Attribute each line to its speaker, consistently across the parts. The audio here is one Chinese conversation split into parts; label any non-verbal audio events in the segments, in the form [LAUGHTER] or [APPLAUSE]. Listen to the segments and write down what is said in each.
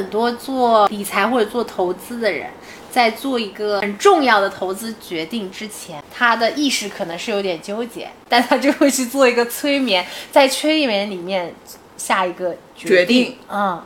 Speaker 1: 很多做理财或者做投资的人，在做一个很重要的投资决定之前，他的意识可能是有点纠结，但他就会去做一个催眠，在催眠里面下一个决
Speaker 2: 决定
Speaker 1: 嗯，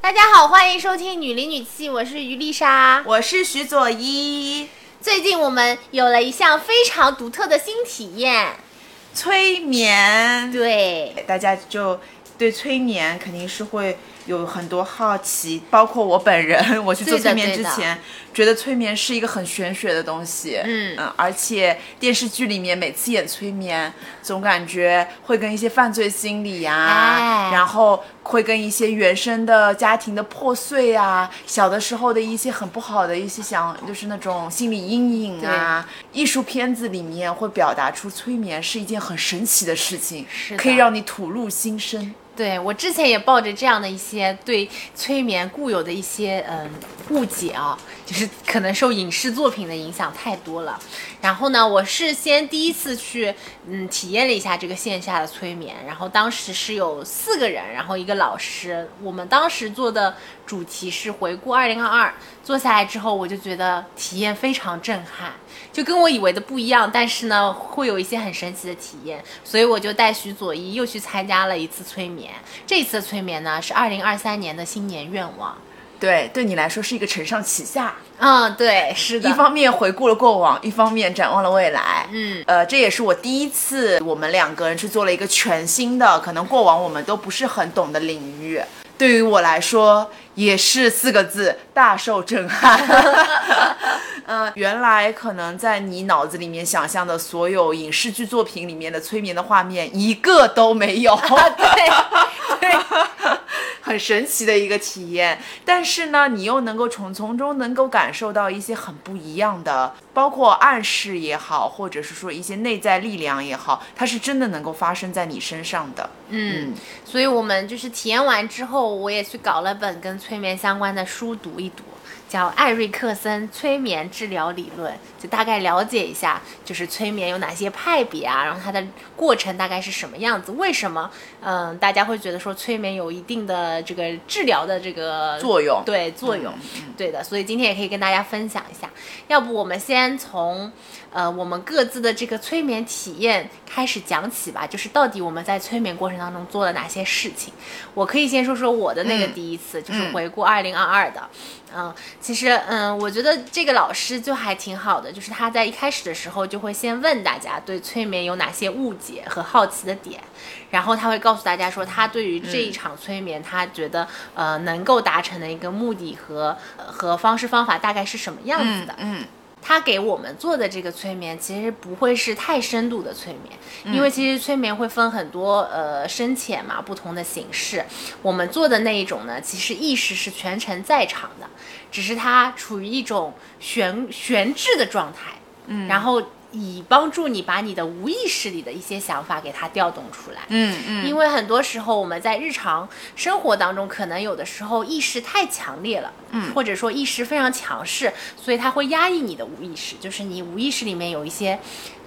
Speaker 3: 大家好，欢迎收听《女邻女气》，我是于丽莎。
Speaker 2: 我是徐佐一，
Speaker 3: 最近我们有了一项非常独特的新体验，
Speaker 2: 催眠，
Speaker 3: 对，
Speaker 2: 大家就对催眠肯定是会有很多好奇，包括我本人， [LAUGHS] 我去做
Speaker 3: 对的
Speaker 2: 催眠
Speaker 3: 对
Speaker 2: 之
Speaker 3: 的
Speaker 2: 前，觉得催眠是一个很玄学的东西，
Speaker 3: 嗯
Speaker 2: 嗯，而且电视剧里面每次演催眠，总感觉会跟一些犯罪心理呀、
Speaker 3: 哎
Speaker 2: 然后会跟一些原生的家庭的破碎呀、小的时候的一些很不好的一些想，就是那种心理阴影啊，艺术片子里面会表达出催眠是一件很神奇的事情，
Speaker 1: 是的
Speaker 2: 可以让你吐露心声。
Speaker 1: 对我之前也抱着这样的一些对催眠固有的一些嗯误解啊，就是可能受影视作品的影响太多了。然后呢，我是先第一次去嗯体验了一下这个线下的催眠，然后当时是有四个人，然后一个老师。我们当时做的主题是回顾二零二二，做下来之后我就觉得体验非常震撼。就跟我以为的不一样，但是呢，会有一些很神奇的体验，所以我就带徐佐一又去参加了一次催眠。这次催眠呢是二零二三年的新年愿望。
Speaker 2: 对，对你来说是一个承上启下，
Speaker 1: 嗯，对，是的，
Speaker 2: 一方面回顾了过往，一方面展望了未来。
Speaker 1: 嗯，
Speaker 2: 呃，这也是我第一次我们两个人去做了一个全新的，可能过往我们都不是很懂的领域。对于我来说，也是四个字：大受震 [LAUGHS] 撼。呃，原来可能在你脑子里面想象的所有影视剧作品里面的催眠的画面，一个都没 [LAUGHS] 有。
Speaker 1: [LAUGHS] 对对，
Speaker 2: [LAUGHS] 很神奇的一个体验。但是呢，你又能够从从中能够感受到一些很不一样的，包括暗示也好，或者是说一些内在力量也好，它是真的能够发生在你身上的。
Speaker 1: 嗯，所以我们就是体验完之后，我也去搞了本跟催眠相关的书读一读，叫《艾瑞克森催眠治疗理论》，就大概了解一下，就是催眠有哪些派别啊，然后它的过程大概是什么样子，为什么嗯大家会觉得说催眠有一定的这个治疗的这个
Speaker 2: 作用
Speaker 1: 对作用，对的，所以今天也可以跟大家分享一下。要不我们先从呃我们各自的这个催眠体验开始讲起吧，就是到底我们在催眠过程当中做了哪些事情。我可以先说说我的那个第一次，就是回顾二零二二的。嗯，其实嗯，我觉得这个老师就还挺好的，就是他在一开始的时候就会先问大家对催眠有哪些误解和好奇的点，然后他会告诉大家说他对于这一场催眠，他觉得呃能够达成的一个目的和、呃和方式方法大概是什么样子的。
Speaker 2: 嗯，
Speaker 1: 他给我们做的这个催眠，其实不会是太深度的催眠，因为其实催眠会分很多呃深浅嘛，不同的形式。我们做的那一种呢，其实意识是全程在场的，只是它处于一种悬悬置的状态，嗯，然后以帮助你把你的无意识里的一些想法给它调动出来，
Speaker 2: 嗯嗯，
Speaker 1: 因为很多时候我们在日常生活当中，可能有的时候意识太强烈了，嗯，或者说意识非常强势，所以它会压抑你的无意识，就是你无意识里面有一些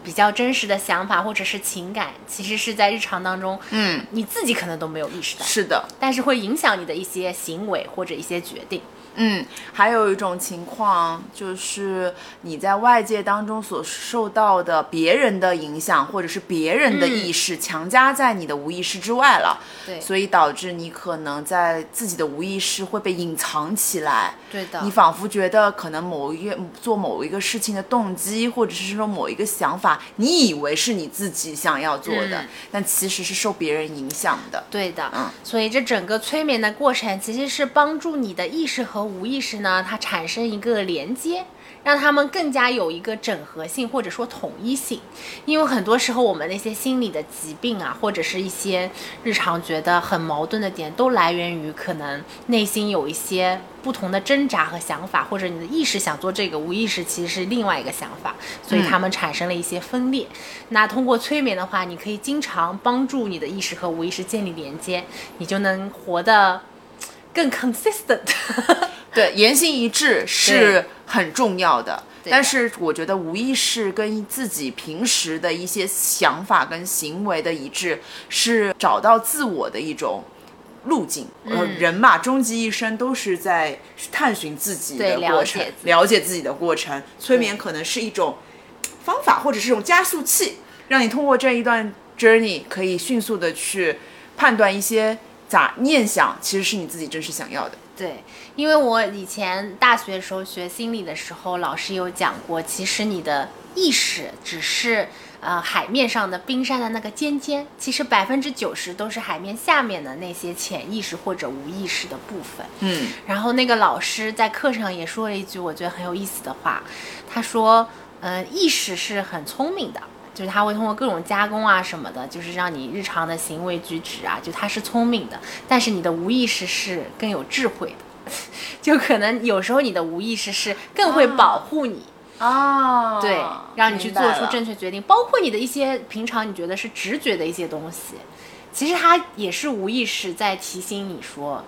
Speaker 1: 比较真实的想法或者是情感，其实是在日常当中，
Speaker 2: 嗯，
Speaker 1: 你自己可能都没有意识到，
Speaker 2: 是的。
Speaker 1: 但是会影响你的一些行为或者一些决定。
Speaker 2: 嗯，还有一种情况就是你在外界当中所受到的别人的影响，或者是别人的意识强加在你的无意识之外了，
Speaker 1: 对
Speaker 2: 所以导致你可能在自己的无意识会被隐藏起来。
Speaker 1: 对的
Speaker 2: 你仿佛觉得可能某一个做某一个事情的动机，或者是说某一个想法，你以为是你自己想要做的，
Speaker 1: 嗯
Speaker 2: 但其实是受别人影响的。
Speaker 1: 对的，
Speaker 2: 嗯
Speaker 1: 所以这整个催眠的过程其实是帮助你的意识和无意识呢，它产生一个连接，让他们更加有一个整合性或者说统一性。因为很多时候我们那些心理的疾病啊，或者是一些日常觉得很矛盾的点，都来源于可能内心有一些不同的挣扎和想法，或者你的意识想做这个，无意识其实是另外一个想法，所以他们产生了一些分裂。那通过催眠的话，你可以经常帮助你的意识和无意识建立连接，你就能活得更 consistent。
Speaker 2: 对，言行一致是很重要的。
Speaker 1: 对
Speaker 2: 但是我觉得无意识跟自己平时的一些想法跟行为的一致，是找到自我的一种路径。
Speaker 1: 嗯
Speaker 2: 呃，人嘛，终其一生都是在探寻自己的
Speaker 1: 对了
Speaker 2: 过程
Speaker 1: 解，自己
Speaker 2: 了解自己的过程。催眠可能是一种方法，或者是一种加速器，让你通过这一段 journey 可以迅速的去判断一些杂念想，其实是你自己真实想要的。
Speaker 1: 对，因为我以前大学的时候学心理的时候，老师有讲过，其实你的意识只是呃海面上的冰山的那个尖尖，其实百分之九十都是海面下面的那些潜意识或者无意识的部分。
Speaker 2: 嗯，
Speaker 1: 然后那个老师在课上也说了一句我觉得很有意思的话，他说：“嗯、意识是很聪明的，就是他会通过各种加工啊什么的，就是让你日常的行为举止啊，就他是聪明的，但是你的无意识是更有智慧的， [LAUGHS] 就可能有时候你的无意识是更会保护你。
Speaker 2: 哦，
Speaker 1: 对，让你去做出
Speaker 2: 明白了
Speaker 1: 正确决定，包括你的一些平常你觉得是直觉的一些东西，其实它也是无意识在提醒你说，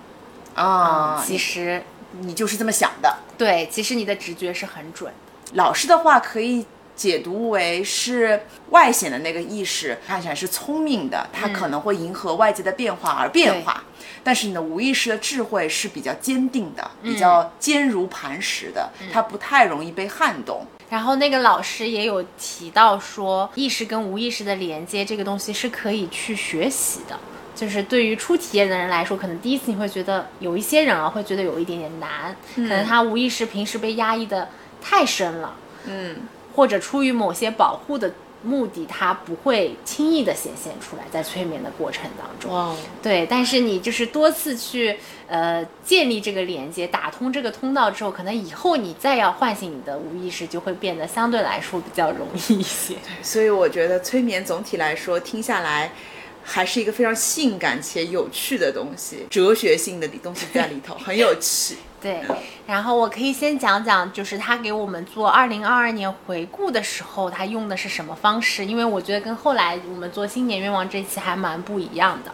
Speaker 2: 啊，
Speaker 1: 其实
Speaker 2: 你你就是这么想的。
Speaker 1: 对，其实你的直觉是很准的。
Speaker 2: 老师的话可以解读为是外显的那个意识看起来是聪明的，它可能会迎合外界的变化而变化，但是你的无意识的智慧是比较坚定的，
Speaker 1: 嗯
Speaker 2: 比较坚如磐石的，它不太容易被撼动。
Speaker 1: 然后那个老师也有提到说，意识跟无意识的连接这个东西是可以去学习的。就是对于初体验的人来说，可能第一次你会觉得有一些人啊会觉得有一点点难，可能他无意识平时被压抑的太深了，
Speaker 2: 嗯，
Speaker 1: 或者出于某些保护的目的，他不会轻易的显现出来，在催眠的过程当中。
Speaker 2: 哇，
Speaker 1: 对，但是你就是多次去呃建立这个连接，打通这个通道之后，可能以后你再要唤醒你的无意识，就会变得相对来说比较容易一些。
Speaker 2: 所以我觉得催眠总体来说听下来。还是一个非常性感且有趣的东西，哲学性的东西在里头，很有
Speaker 1: [LAUGHS]
Speaker 2: 趣。
Speaker 1: 对，然后我可以先讲讲，就是他给我们做二零二二年回顾的时候，他用的是什么方式？因为我觉得跟后来我们做新年愿望这期还蛮不一样的。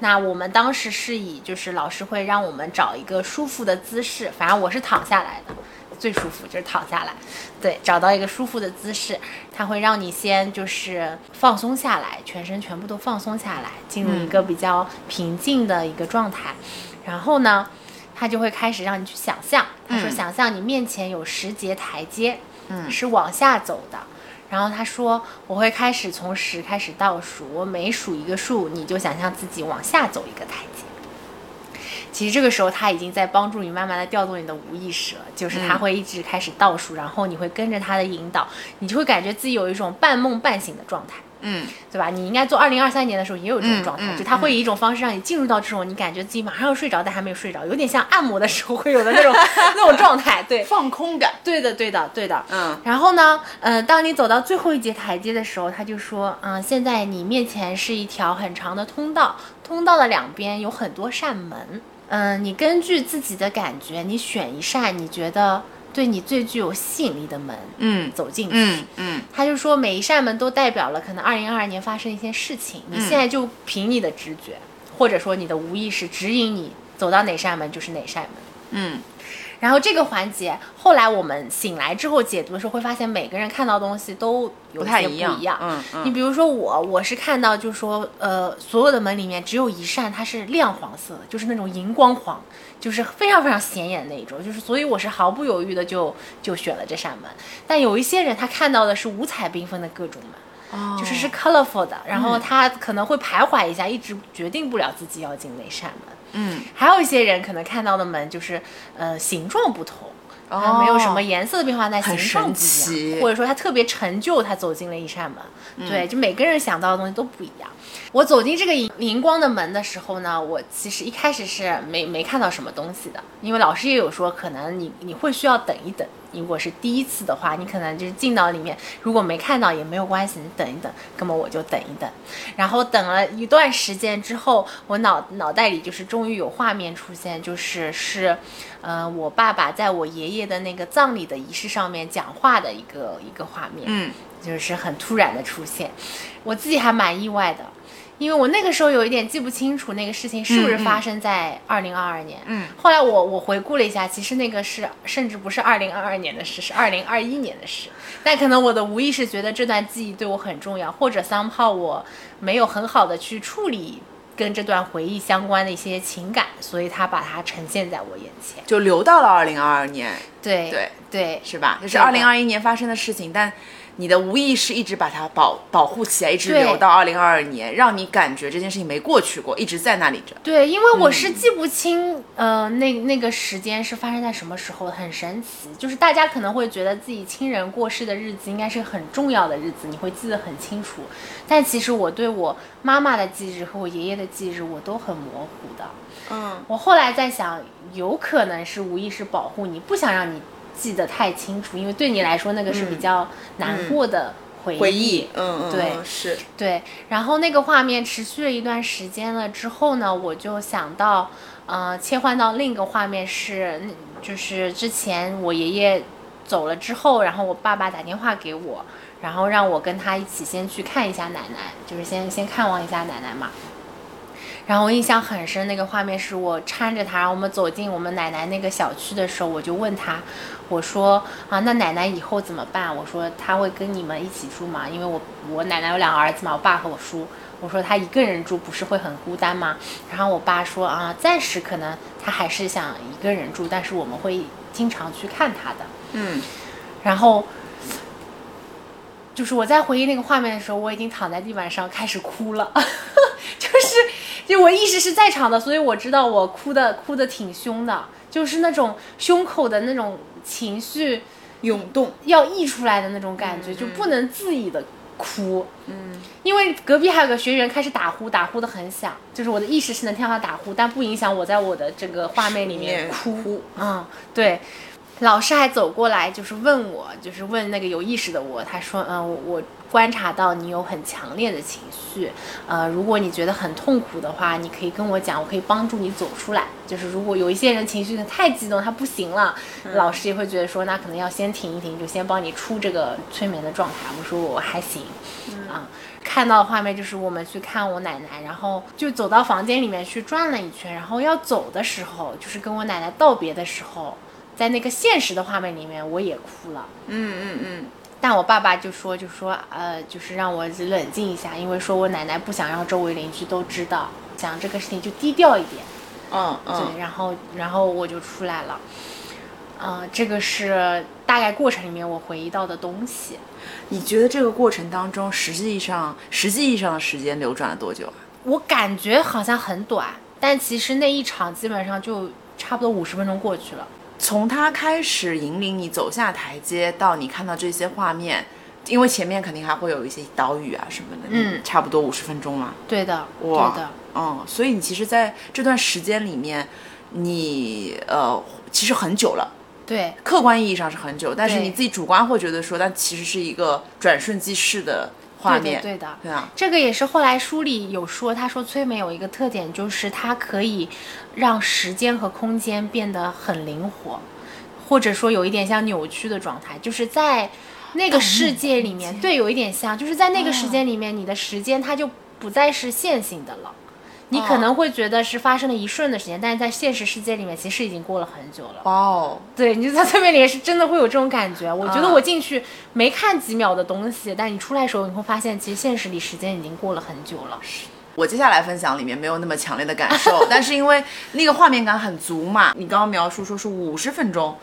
Speaker 1: 那我们当时是以就是老师会让我们找一个舒服的姿势，反正我是躺下来的，最舒服就是躺下来。对，找到一个舒服的姿势，它会让你先就是放松下来，全身全部都放松下来，进入一个比较平静的一个状态。然后呢，他就会开始让你去想象，他说想象你面前有十节台阶，嗯，是往下走的。然后他说我会开始从十开始倒数，我每数一个数，你就想象自己往下走一个台阶。其实这个时候他已经在帮助你慢慢的调动你的无意识了，就是他会一直开始倒数，然后你会跟着他的引导，你就会感觉自己有一种半梦半醒的状态。
Speaker 2: 嗯，
Speaker 1: 对吧？你应该做二零二三年的时候也有这种状态，
Speaker 2: 嗯嗯
Speaker 1: 就它会以一种方式让你进入到这种你感觉自己马上要睡着但还没有睡着，有点像按摩的时候会有的那
Speaker 2: [LAUGHS]
Speaker 1: 种那种状态。对，
Speaker 2: 放空感，
Speaker 1: 对的，对的，对的。
Speaker 2: 嗯
Speaker 1: 然后呢，呃，当你走到最后一节台阶的时候，他就说，嗯、现在你面前是一条很长的通道，通道的两边有很多扇门。嗯、你根据自己的感觉，你选一扇你觉得对你最具有吸引力的门
Speaker 2: 嗯
Speaker 1: 走进去。
Speaker 2: 嗯嗯，
Speaker 1: 他就说每一扇门都代表了可能二零二二年发生一些事情，你现在就凭你的直觉，或者说你的无意识指引你走到哪扇门就是哪扇门。
Speaker 2: 嗯，
Speaker 1: 然后这个环节，后来我们醒来之后解读的时候，会发现每个人看到东西都有
Speaker 2: 不太
Speaker 1: 些
Speaker 2: 一样
Speaker 1: 不一样。
Speaker 2: 嗯嗯
Speaker 1: 你比如说我，我是看到就是说，呃，所有的门里面只有一扇它是亮黄色的，就是那种荧光黄，就是非常非常显眼的那一种，就是所以我是毫不犹豫的就就选了这扇门。但有一些人他看到的是五彩缤纷的各种门。
Speaker 2: 哦
Speaker 1: 就是是 colorful 的，然
Speaker 2: 嗯
Speaker 1: 后他可能会徘徊一下，一直决定不了自己要进哪扇门。
Speaker 2: 嗯，
Speaker 1: 还有一些人可能看到的门就是，呃，形状不同，它没有什么颜色的变化，但形
Speaker 2: 哦很
Speaker 1: 状
Speaker 2: 神
Speaker 1: 不一
Speaker 2: 奇嗯
Speaker 1: 样，或者说它特别陈旧，它走进了一扇门。对，就每个人想到的东西都不一样。我走进这个荧荧光的门的时候呢，我其实一开始是没没看到什么东西的，因为老师也有说，可能你你会需要等一等，如果是第一次的话，你可能就是进到里面，如果没看到也没有关系，你等一等。那么我就等一等，然后等了一段时间之后，我脑脑袋里就是终于有画面出现，就是是，呃，我爸爸在我爷爷的那个葬礼的仪式上面讲话的一个一个画面。
Speaker 2: 嗯，
Speaker 1: 就是很突然的出现，我自己还蛮意外的，因为我那个时候有一点记不清楚那个事情是不是发生在二零二二年。
Speaker 2: 嗯，
Speaker 1: 后来我我回顾了一下，其实那个是甚至不是二零二二年的事，是二零二一年的事。但可能我的无意识觉得这段记忆对我很重要，或者 somehow 我没有很好的去处理跟这段回忆相关的一些情感，所以它把它呈现在我眼前。
Speaker 2: 就留到了二零二二年，
Speaker 1: 对
Speaker 2: 对
Speaker 1: 对，
Speaker 2: 是吧？就是
Speaker 1: 对的
Speaker 2: 二零二一年发生的事情，但你的无意识一直把它保保护起来，一直
Speaker 1: 对
Speaker 2: 留到二零二二年，让你感觉这件事情没过去过，一直在那里着。
Speaker 1: 对，因为我是记不清，呃，那那个时间是发生在什么时候，很神奇。就是大家可能会觉得自己亲人过世的日子应该是很重要的日子，你会记得很清楚。但其实我对我妈妈的忌日和我爷爷的忌日，我都很模糊的。
Speaker 3: 嗯，
Speaker 1: 我后来在想，有可能是无意识保护你，不想让你记得太清楚，因为对你来说那个是比较难过的回忆。
Speaker 2: 回忆，嗯嗯，
Speaker 1: 对
Speaker 2: 嗯是，
Speaker 1: 对，然后那个画面持续了一段时间了之后呢，我就想到，呃，切换到另一个画面是，嗯就是之前我爷爷走了之后，然后我爸爸打电话给我，然后让我跟他一起先去看一下奶奶，就是先先看望一下奶奶嘛。然后我印象很深，那个画面是我搀着她，然后我们走进我们奶奶那个小区的时候，我就问她，我说啊，那奶奶以后怎么办？我说她会跟你们一起住吗？因为我我奶奶有两个儿子嘛，我爸和我叔。我说她一个人住不是会很孤单吗？然后我爸说啊，暂时可能她还是想一个人住，但是我们会经常去看她的。
Speaker 2: 嗯
Speaker 1: 然后，就是我在回忆那个画面的时候，我已经躺在地板上开始哭了， [LAUGHS] 就是就我意识是在场的，所以我知道我哭的哭的挺凶的，就是那种胸口的那种情绪
Speaker 2: 涌动，
Speaker 1: 要溢出来的那种感觉，就不能自已的哭。嗯，因为隔壁还有个学员开始打呼，打呼的很响，就是我的意识是能听到他打呼，但不影响我在我的这个画面里面
Speaker 2: 面
Speaker 1: 哭。
Speaker 2: 哭
Speaker 1: 嗯，对。老师还走过来，就是问我，就是问那个有意识的我，他说，嗯，我我观察到你有很强烈的情绪，呃，如果你觉得很痛苦的话，你可以跟我讲，我可以帮助你走出来。就是如果有一些人情绪太激动，他不行了，老师也会觉得说，那可能要先停一停，就先帮你出这个催眠的状态。我说我还行，啊，看到的画面就是我们去看我奶奶，然后就走到房间里面去转了一圈，然后要走的时候，就是跟我奶奶道别的时候，在那个现实的画面里面，我也哭了。
Speaker 2: 嗯嗯嗯，
Speaker 1: 但我爸爸就说，就说呃，就是让我冷静一下，因为说我奶奶不想让周围邻居都知道，想这个事情就低调一点。
Speaker 2: 嗯
Speaker 1: 对，
Speaker 2: 嗯，
Speaker 1: 然后然后我就出来了。嗯、这个是大概过程里面我回忆到的东西。
Speaker 2: 你觉得这个过程当中，实际上实际意义上的时间流转了多久啊？
Speaker 1: 我感觉好像很短，但其实那一场基本上就差不多五十分钟过去了。
Speaker 2: 从他开始引领你走下台阶，到你看到这些画面，因为前面肯定还会有一些岛屿啊什么的，
Speaker 1: 嗯
Speaker 2: 差不多五十分钟嘛，
Speaker 1: 对的，对
Speaker 2: 哇
Speaker 1: 的，
Speaker 2: 嗯，所以你其实在这段时间里面，你呃其实很久了。
Speaker 1: 对
Speaker 2: 客观意义上是很久，但是
Speaker 1: 对
Speaker 2: 你自己主观会觉得说，但其实是一个转瞬即逝的画
Speaker 1: 对
Speaker 2: 面，
Speaker 1: 的，对的。
Speaker 2: 对啊，
Speaker 1: 这个也是后来书里有说，他说催眠有一个特点，就是它可以让时间和空间变得很灵活，或者说有一点像扭曲的状态，就是在那个世界里面，对，有一点像，就是在那个时间里面，你的时间它就不再是线性的了。你可能会觉得是发生了一瞬的时间，但是在现实世界里面，其实已经过了很久了。
Speaker 2: 哇哦，
Speaker 1: 对，你就在催眠里面是真的会有这种感觉。我觉得我进去没看几秒的东西，但你出来的时候，你会发现其实现实里时间已经过了很久了。
Speaker 2: 我接下来分享里面没有那么强烈的感
Speaker 1: [LAUGHS]
Speaker 2: 受，但是因为那个画面感很足嘛，你刚刚描述说是五十分钟，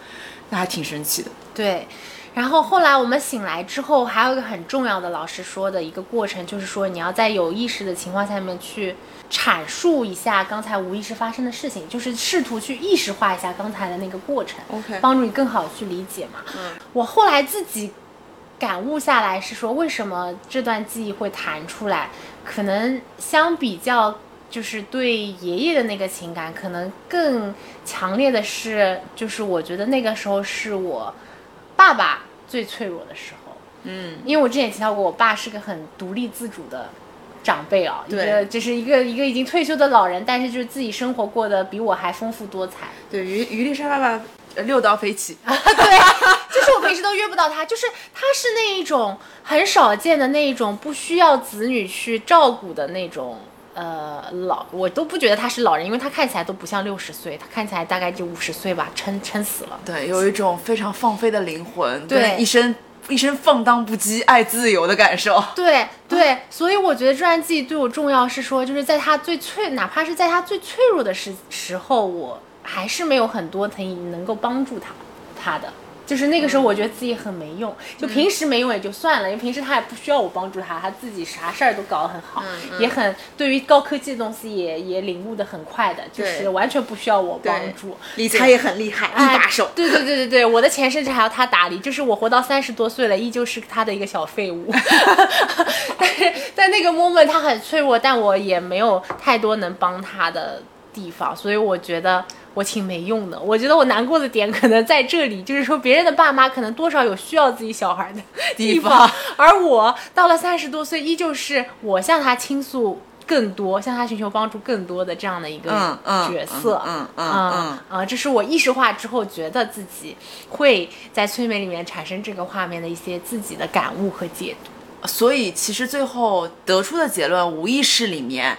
Speaker 2: 那还挺神奇的。
Speaker 1: 对。然后后来我们醒来之后，还有一个很重要的老师说的一个过程，就是说你要在有意识的情况下面去阐述一下刚才无意识发生的事情，就是试图去意识化一下刚才的那个过程
Speaker 2: OK
Speaker 1: 帮助你更好地去理解嘛。嗯，我后来自己感悟下来是说，为什么这段记忆会弹出来？可能相比较，就是对爷爷的那个情感，可能更强烈的是，就是我觉得那个时候是我爸爸最脆弱的时候。嗯，因为我之前提到过，我爸是个很独立自主的长辈啊，一
Speaker 2: 对
Speaker 1: 个就是一个一个已经退休的老人，但是就是自己生活过得比我还丰富多彩。
Speaker 2: 对，于于丽莎爸爸呃六刀飞起， [LAUGHS]
Speaker 1: 对，啊 [LAUGHS] 就是我平时都约不到他，就是他是那一种很少见的那一种不需要子女去照顾的那种。呃，老我都不觉得他是老人，因为他看起来都不像六十岁，他看起来大概就五十岁吧，撑撑死了。
Speaker 2: 对，有一种非常放飞的灵魂，
Speaker 1: 对
Speaker 2: 跟一身一身放荡不羁、爱自由的感受。
Speaker 1: 对对，所以我觉得这段记忆对我重要是说，就是在他最脆，哪怕是在他最脆弱的时时候，我还是没有很多可以能够帮助他他的。就是那个
Speaker 3: 嗯
Speaker 1: 时候，我觉得自己很没用，就平时没用也就算了，因为平时他也不需要我帮助他，他自己啥事儿都搞得很好，
Speaker 3: 嗯
Speaker 1: 也很对于高科技的东西也也领悟的很快的，就
Speaker 3: 对
Speaker 1: 是完全不需要我帮助。
Speaker 3: 理财也很厉害，一把手
Speaker 1: 哎。对对对对对，我的钱甚至还要他打理，就是我活到三十多岁了，依旧是他的一个小
Speaker 3: [LAUGHS]
Speaker 1: 废物。 [LAUGHS] 但是在那个 moment，他很脆弱，但我也没有太多能帮他的地方，所以我觉得。我挺没用的，我觉得我难过的点可能在这里，就是说别人的爸妈可能多少有需要自己小孩的地
Speaker 2: 地
Speaker 1: 方
Speaker 2: 方，
Speaker 1: 而我到了三十多岁，依旧是我向他倾诉更多，向他寻求帮助更多的这样的一个
Speaker 2: 嗯嗯
Speaker 1: 角色，
Speaker 2: 嗯嗯嗯嗯
Speaker 1: 啊、这是我意识化之后觉得自己会在催眠里面产生这个画面的一些自己的感悟和解读。
Speaker 2: 所以其实最后得出的结论，无意识里面，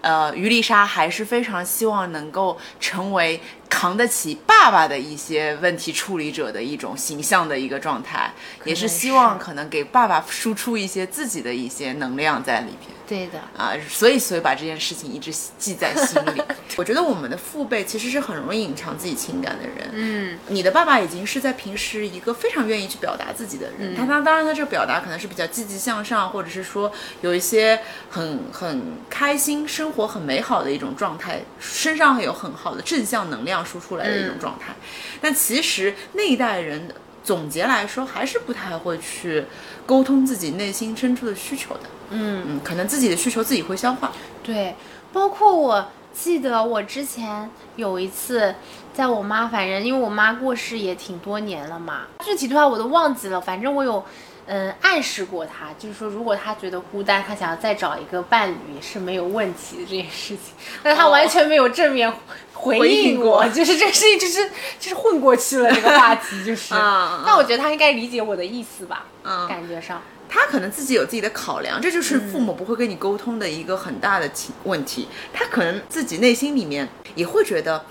Speaker 2: 呃，于丽莎还是非常希望能够成为扛得起爸爸的一些问题处理者的一种形象的一个状态，也是希望可能给爸爸输出一些自己的一些能量在里边。
Speaker 1: 对的，
Speaker 2: 啊，所以所以把这件事情一直记在心里。我觉得我们的父辈其实是很容易隐藏自己情感的人。嗯，你的爸爸已经是在平时一个非常愿意去表达自己的人，他他当然他这个表达可能是比较积极向上，或者是说有一些很很开心、生活很美好的一种状态，身上有很好的正向能量输出来的一种状态。但其实那一代人总结来说，还是不太会去沟通自己内心深处的需求的。嗯，可能自己的需求自己会消化。
Speaker 1: 对，包括我记得我之前有一次，在我妈，反正因为我妈过世也挺多年了嘛，具体多少我都忘记了，反正我有。嗯，暗示过她，就是说，如果她觉得孤单，她想要再找一个伴侣也是没有问题的这件事情，但她完全没有正面回
Speaker 2: 哦回
Speaker 1: 应
Speaker 2: 应
Speaker 1: 我，
Speaker 2: 过
Speaker 1: 就是这是就是就是混过去了这个话题，就是。
Speaker 2: [LAUGHS] 啊
Speaker 1: 但我觉得她应该理解我的意思吧，
Speaker 2: 啊
Speaker 1: 感觉上。
Speaker 2: 他可能自己有自己的考量，这就是父母不会跟你沟通的一个很大的情问题。他可能自己内心里面也会觉得，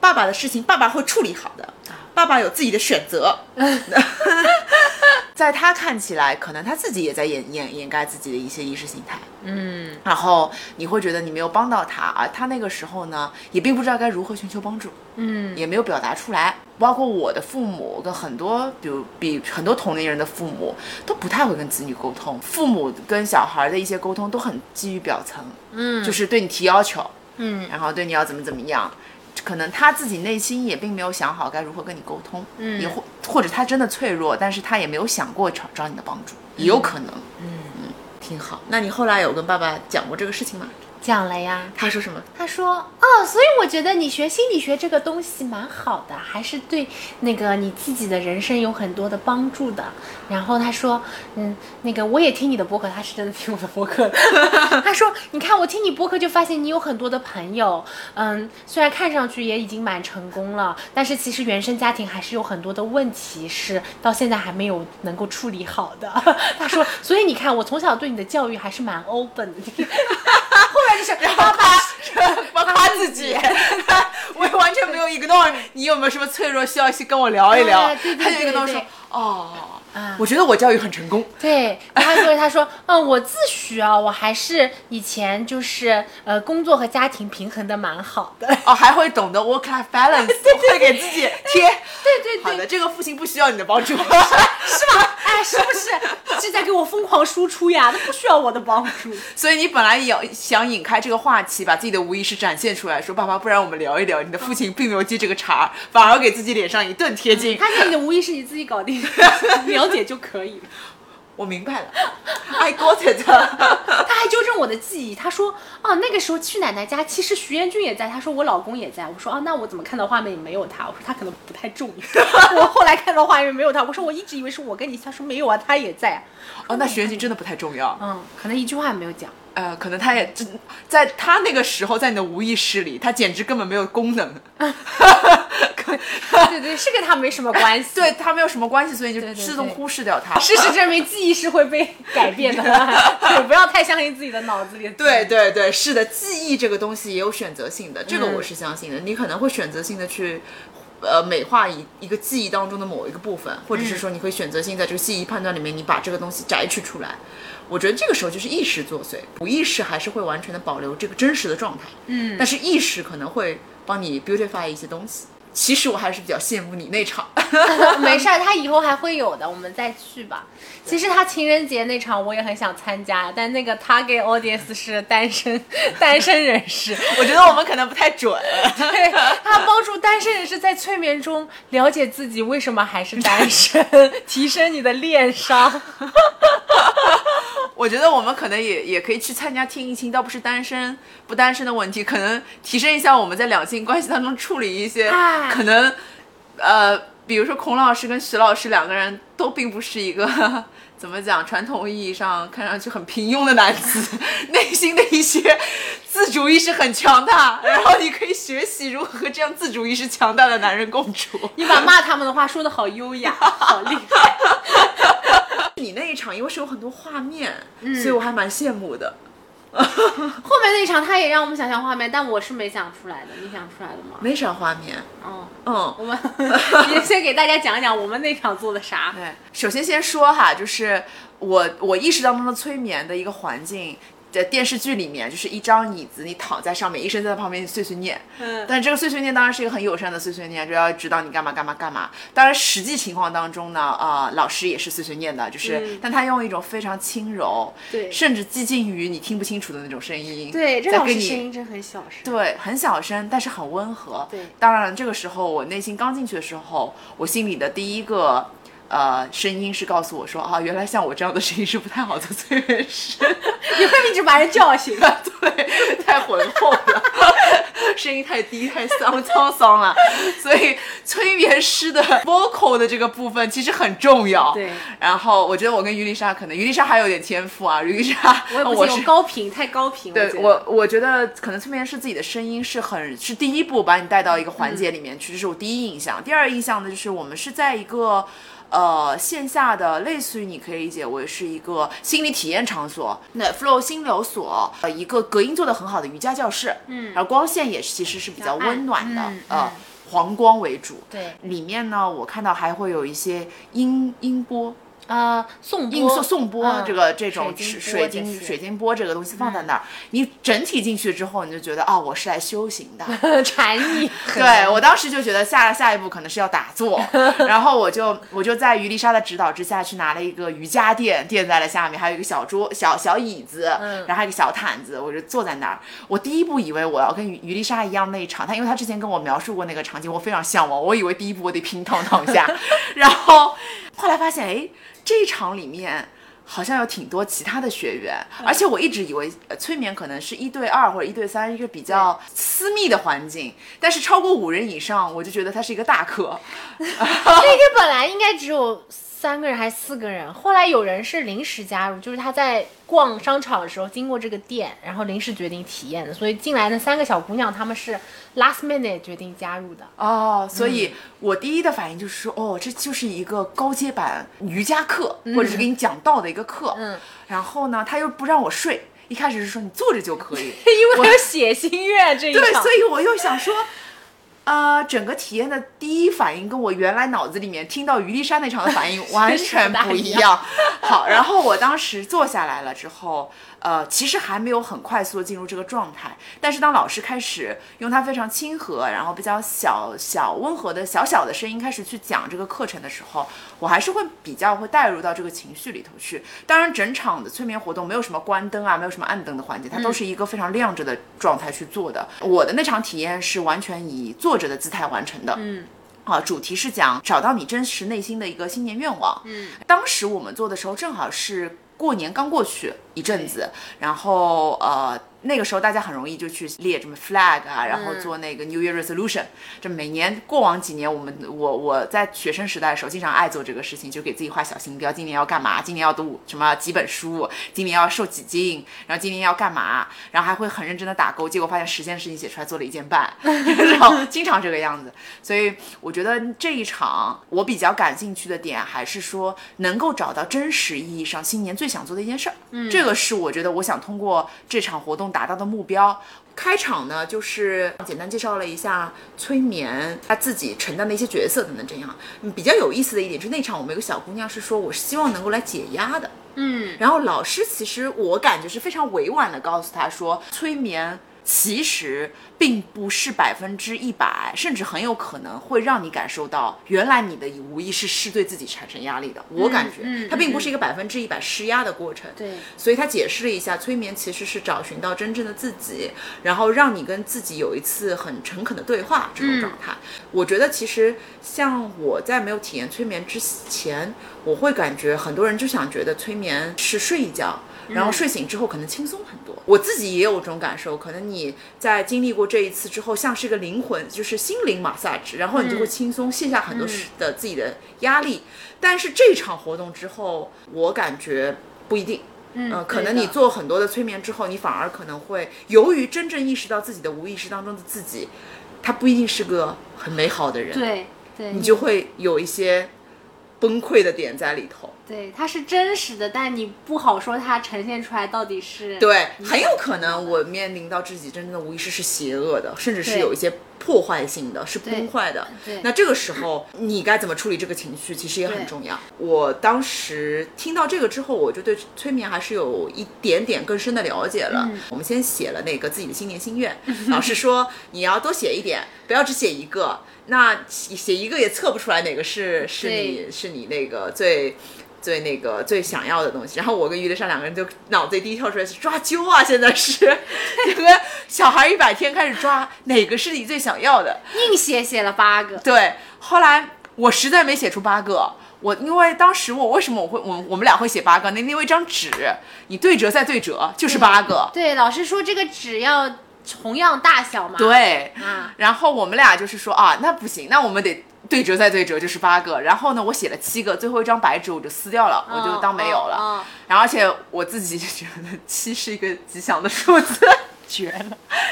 Speaker 2: 爸爸的事情爸爸会处理好的，爸爸有自己的选择。在他看起来，可能他自己也在掩掩掩盖自己的一些意识形态。
Speaker 1: 嗯，
Speaker 2: 然后你会觉得你没有帮到他，而他那个时候呢，也并不知道该如何寻求帮助，嗯，也没有表达出来。包括我的父母跟很多，比如比很多同龄人的父母都不太会跟子女沟通，父母跟小孩的一些沟通都很基于表层，嗯，就是对你提要求，
Speaker 1: 嗯，
Speaker 2: 然后对你要怎么怎么样。可能他自己内心也并没有想好该如何跟你沟通，嗯，也或或者他真的脆弱，但是他也没有想过找找你的帮助，也有可能，嗯挺好。那你后来有跟爸爸讲过这个事情吗？
Speaker 1: 讲了呀。
Speaker 2: 他说什么？
Speaker 1: 他说：“哦，所以我觉得你学心理学这个东西蛮好的，还是对那个你自己的人生有很多的帮助的。”然后他说：“嗯，那个我也听你的播客，他是真的听我的播客的。他说：你看我听你播客就发现你有很多的朋友，嗯，虽然看上去也已经蛮成功了，但是其实原生家庭还是有很多的问题是到现在还没有能够处理好的。” [LAUGHS] 他说：所以你看我从小对你的教育还是蛮 open 的，就是后来就是爸爸。”
Speaker 2: [LAUGHS] 我夸自己， [LAUGHS] 我完全没有 ignore 你你有没有什么脆弱需要去跟我聊一聊
Speaker 1: 哎。对对
Speaker 2: 他就
Speaker 1: 对
Speaker 2: ignore
Speaker 1: 对
Speaker 2: 说，哦
Speaker 1: 啊，
Speaker 2: 我觉得我教育很成功。
Speaker 1: 对，然后所以他说，嗯，我自诩啊，我还是以前就是呃，工作和家庭平衡的蛮好的。
Speaker 2: 哦，还会懂得 work life
Speaker 1: [LAUGHS]
Speaker 2: balance，会给自己贴。
Speaker 1: 对对
Speaker 2: 好
Speaker 1: 对，
Speaker 2: 的，这个父亲不需要你的帮
Speaker 1: [LAUGHS]
Speaker 2: 助。 [LAUGHS]
Speaker 1: 是吧？哎，是不是？是在给我疯狂输出呀？他不需要我的帮助。
Speaker 2: 所以你本来也想引开这个话题，把自己的无意识展现出来，说爸爸，不然我们聊一聊。你的父亲并没有接这个
Speaker 1: [LAUGHS]
Speaker 2: 茬儿，反而给自己脸上一顿贴金。
Speaker 1: 他自己的无 [LAUGHS] 意识你自己搞定，了解就可以了。 [LAUGHS]
Speaker 2: 我明白了，I got it。
Speaker 1: 他还纠正我我的记忆，他说啊，那个时候去奶奶家，其实徐彦俊也在，他说我老公也在，我说啊，那我怎么看到画面里没有他？我说他可能不太重要， [LAUGHS] 我后来看到画面没有他，我说我一直以为是我跟你，他说没有啊，他也在啊，
Speaker 2: 哦，那徐元景真的不太重要。
Speaker 1: 嗯，可能一句话也没有讲，
Speaker 2: 呃，可能他也真在他那个时候，在你的无意识里，他简直根本没有
Speaker 1: [LAUGHS]
Speaker 2: 功能，可
Speaker 1: 对对，是跟他没什么关系，
Speaker 2: [LAUGHS] 对他没有什么关系，所以你
Speaker 1: 对
Speaker 2: 就
Speaker 1: 对
Speaker 2: 自动
Speaker 1: 对
Speaker 2: 忽视掉他。
Speaker 1: 事实证明，记忆是会被改
Speaker 2: [LAUGHS]
Speaker 1: 变的， [LAUGHS] 对，不要太相信自己的脑子里。
Speaker 2: 对，对对，是的，记忆这个东西也有选择性的，这个我是相信的。你可能会选择性的去，呃，美化一一个记忆当中的某一个部分，或者是说你会选择性在这个记忆判断里面，你把这个东西摘取出来。我觉得这个时候就是意识作祟，无意识还是会完全的保留这个真实的状态。嗯，但是意识可能会帮你 beautify 一些东西。其实我还是比较羡慕你那场， [LAUGHS] 啊
Speaker 1: 没事儿，他以后还会有的，我们再去吧。其实他情人节那场我也很想参加，但那个 target audience 是单身 [LAUGHS] 单身人
Speaker 2: [LAUGHS]
Speaker 1: 士，
Speaker 2: 我觉得我们可能不太准。
Speaker 1: 对他帮助单身人士在催眠中了解自己为什么还是单身， [LAUGHS] 提升你的恋商。
Speaker 2: 我觉得我们可能也也可以去参加听一听，倒不是单身不单身的问题，可能提升一下我们在两性关系当中处理一些、
Speaker 1: 哎
Speaker 2: 可能，呃，比如说孔老师跟徐老师两个人都并不是一个 [LAUGHS] 怎么讲传统意义上看上去很平庸的男子， [LAUGHS] 内心的一些自主意识很强大，然后你可以学习如何和这样自主意识强大的男人共处。
Speaker 1: 你把骂他们的话说的好优雅，好厉害。
Speaker 2: [LAUGHS] 你那一场因为是有很多画面，所以我还蛮羡慕的。
Speaker 1: 后面那一场他也让我们想象画面，但我是没想出来的，你想出来了吗？
Speaker 2: 没啥画面，
Speaker 1: 嗯。
Speaker 2: 嗯，
Speaker 1: 我们 [LAUGHS] 也先给大家讲讲我们那场做的啥。
Speaker 2: 对，哎首先先说哈，就是我我意识当中的催眠的一个环境。在电视剧里面，就是一张椅子，你躺在上面，医生在旁边碎碎念。
Speaker 1: 嗯
Speaker 2: 但这个碎碎念当然是一个很友善的碎碎念，就要指导你干嘛干嘛干嘛。当然，实际情况当中呢，啊，老师也是碎碎念的，就是，
Speaker 1: 嗯
Speaker 2: 但他用一种非常轻柔，
Speaker 1: 对
Speaker 2: 甚至接近于你听不清楚的那种声音，
Speaker 1: 对，这
Speaker 2: 在
Speaker 1: 老
Speaker 2: 跟
Speaker 1: 师
Speaker 2: 你
Speaker 1: 声音真很小声。
Speaker 2: 对，很小声，但是很温和。
Speaker 1: 对
Speaker 2: 当然这个时候我内心刚进去的时候，我心里的第一个呃声音是告诉我说啊，原来像我这样的声音是不太好的催眠师，
Speaker 1: 你会 [LAUGHS] 一直把人叫醒。
Speaker 2: [LAUGHS] 对，太浑厚了，声音太低，太丧沧桑了。所以催眠师的 vocal 的这个部分其实很重要。
Speaker 1: 对。
Speaker 2: 然后我觉得我跟于丽莎可能，于丽莎还有点天赋啊，于丽莎，
Speaker 1: 我也不
Speaker 2: 我
Speaker 1: 行，
Speaker 2: 是
Speaker 1: 我高频太高频。
Speaker 2: 对
Speaker 1: 觉得
Speaker 2: 我，我觉得可能催眠师自己的声音是很是第一步把你带到一个环节里面
Speaker 1: 嗯
Speaker 2: 去，这是我第一印象。第二印象呢，就是我们是在一个呃线下的，类似于你可以理解为是一个心理体验场所，那 Flow 心流所，呃，一个隔音做得很好的瑜伽教室，嗯，然后光线也是其实是比较
Speaker 1: 比较暗
Speaker 2: 温暖的，
Speaker 1: 嗯
Speaker 2: 呃。黄光为主，
Speaker 1: 对
Speaker 2: 里面呢，我看到还会有一些音音波，
Speaker 1: 呃，送
Speaker 2: 硬
Speaker 1: 波
Speaker 2: 送送波
Speaker 1: 嗯
Speaker 2: 这个这种
Speaker 1: 水晶
Speaker 2: 水
Speaker 1: 波嗯这
Speaker 2: 晶
Speaker 1: 些
Speaker 2: 水晶波这个东西放在那儿，你整体进去之后，你就觉得啊，我是来修行
Speaker 1: [LAUGHS]
Speaker 2: 的。
Speaker 1: 禅意。
Speaker 2: [LAUGHS] 对我当时就觉得下下一步可能是要打
Speaker 1: [LAUGHS]
Speaker 2: 坐，然后我就我就在于丽莎的指导之下去拿了一个瑜伽垫垫在了下面，还有一个小桌小小椅子，
Speaker 1: 嗯
Speaker 2: 然后还有一个小毯子，我就坐在那儿。我第一步以为我要跟于于丽莎一样那一场，她因为她之前跟我描述过那个场景，我非常向往，我以为第一步我得平躺躺下， [LAUGHS] 然后后来发现，哎，这一场里面。好像有挺多其他的学员，而且我一直以为呃催眠可能是一对二或者一对三，一个比较私密的环境，但是超过五人以上，我就觉得它是一个大课。
Speaker 1: 那天本来应该只有三个人还是四个人，后来有人是临时加入，就是他在逛商场的时候经过这个店，然后临时决定体验的，所以进来的三个小姑娘她们是 last minute 决定加入的。
Speaker 2: 哦，所以我第一的反应就是说，哦，这就是一个高阶版瑜伽课，或者是给你讲道的一个课。
Speaker 1: 嗯，
Speaker 2: 然后呢，他又不让我睡，一开始是说你坐着就可 [LAUGHS] 以，
Speaker 1: 因为还有写心愿这一场，
Speaker 2: 对，所以我又想说，呃，整个体验的第一反应跟我原来脑子里面听到于丽莎那场的 [LAUGHS] 反应完全不一样。好，然后我当时坐下来了之后，呃，其实还没有很快速的进入这个状态，但是当老师开始用他非常亲和，然后比较小小温和的小小的声音开始去讲这个课程的时候，我还是会比较会带入到这个情绪里头去。当然，整场的催眠活动没有什么关灯啊，没有什么暗灯的环节，它都是一个非常亮着的状态去做的。我的那场体验是完全以坐着的姿态完成的。嗯。啊，主题是讲找到你真实内心的一个新年愿望。嗯，当时我们做的时候正好是。过年刚过去一阵子，然后呃那个时候大家很容易就去列什么 flag 啊，然后做那个 New Year Resolution，、这每年过往几年我们我我在学生时代的时候经常爱做这个事情，就给自己画小型标，今年要干嘛，今年要读什么几本书，今年要瘦几斤，然后今年要干嘛，然后还会很认真的打勾，结果发现十件事情写出来做了一件半， [LAUGHS] 然后经常这个样子。所以我觉得这一场我比较感兴趣的点，还是说能够找到真实意义上新年最想做的一件事儿。嗯，这个是我觉得我想通过这场活动达到的目标。开场呢，就是简单介绍了一下催眠他自己承担的一些角色等等这样。嗯比较有意思的一点是那场我们有个小姑娘是说，我是希望能够来解压的。
Speaker 1: 嗯，
Speaker 2: 然后老师其实我感觉是非常委婉的告诉他说，催眠其实并不是百分之一百，甚至很有可能会让你感受到原来你的无意识是对自己产生压力的。我感觉、
Speaker 1: 嗯嗯
Speaker 2: 它并不是一个百分之一百施压的过程。
Speaker 1: 对，
Speaker 2: 所以他解释了一下，催眠其实是找寻到真正的自己，然后让你跟自己有一次很诚恳的对话这种状态。我觉得其实像我在没有体验催眠之前，我会感觉很多人就想觉得催眠是睡一觉。然后睡醒之后可能轻松很多，我自己也有这种感受。可能你在经历过这一次之后，像是一个灵魂，就是心灵 massage，然后你就会轻松卸下很多事的自己的压力。但是这场活动之后，我感觉不一定。
Speaker 1: 嗯
Speaker 2: 嗯，可
Speaker 1: 对
Speaker 2: 能
Speaker 1: 的
Speaker 2: 你做很多的催眠之后，你反而可能会由于真正意识到自己的无意识当中的自己，他不一定是个很美好的人，
Speaker 1: 对对，
Speaker 2: 你就会有一些崩溃的点在里头。
Speaker 1: 对，它是真实的，但你不好说它呈现出来到底是
Speaker 2: 对，
Speaker 1: 你
Speaker 2: 很有
Speaker 1: 想
Speaker 2: 可
Speaker 1: 怎么样
Speaker 2: 能我面临到自己真正的无意识是邪恶的，甚至是
Speaker 1: 对
Speaker 2: 有一些破坏性的，是
Speaker 1: 对
Speaker 2: 崩坏的。
Speaker 1: 对
Speaker 2: 那这个时候你该怎么处理这个情绪，其实也很
Speaker 1: 对
Speaker 2: 重要。我当时听到这个之后，我就对催眠还是有一点点更深的了解了。
Speaker 1: 嗯
Speaker 2: 我们先写了那个自己的新年
Speaker 1: [LAUGHS]
Speaker 2: 心愿，老师说你要多写一点，不要只写一个。那写写一个也测不出来哪个是是你
Speaker 1: 对
Speaker 2: 是你那个最最那个最想要的东西。然后我跟于德山两个人就脑子里第一跳出来是抓阄啊，现在是这个小孩一百天开始抓哪个是你最想要的。
Speaker 1: 硬写写了八个，
Speaker 2: 对，后来我实在没写出八个。我因为当时我为什么我会我我们俩会写八个呢？那因为一张纸，你对折再对折就是八个。
Speaker 1: 对，老师说这个纸要同样大小嘛，
Speaker 2: 对，
Speaker 1: 啊，
Speaker 2: 然后我们俩就是说啊，那不行，那我们得对折再对折，就是八个。然后呢，我写了七个，最后一张白纸我就撕掉了，我就当没有了。
Speaker 1: 嗯嗯嗯
Speaker 2: 然后而且我自己就觉得七是一个吉祥的数字。
Speaker 1: [LAUGHS] 绝了，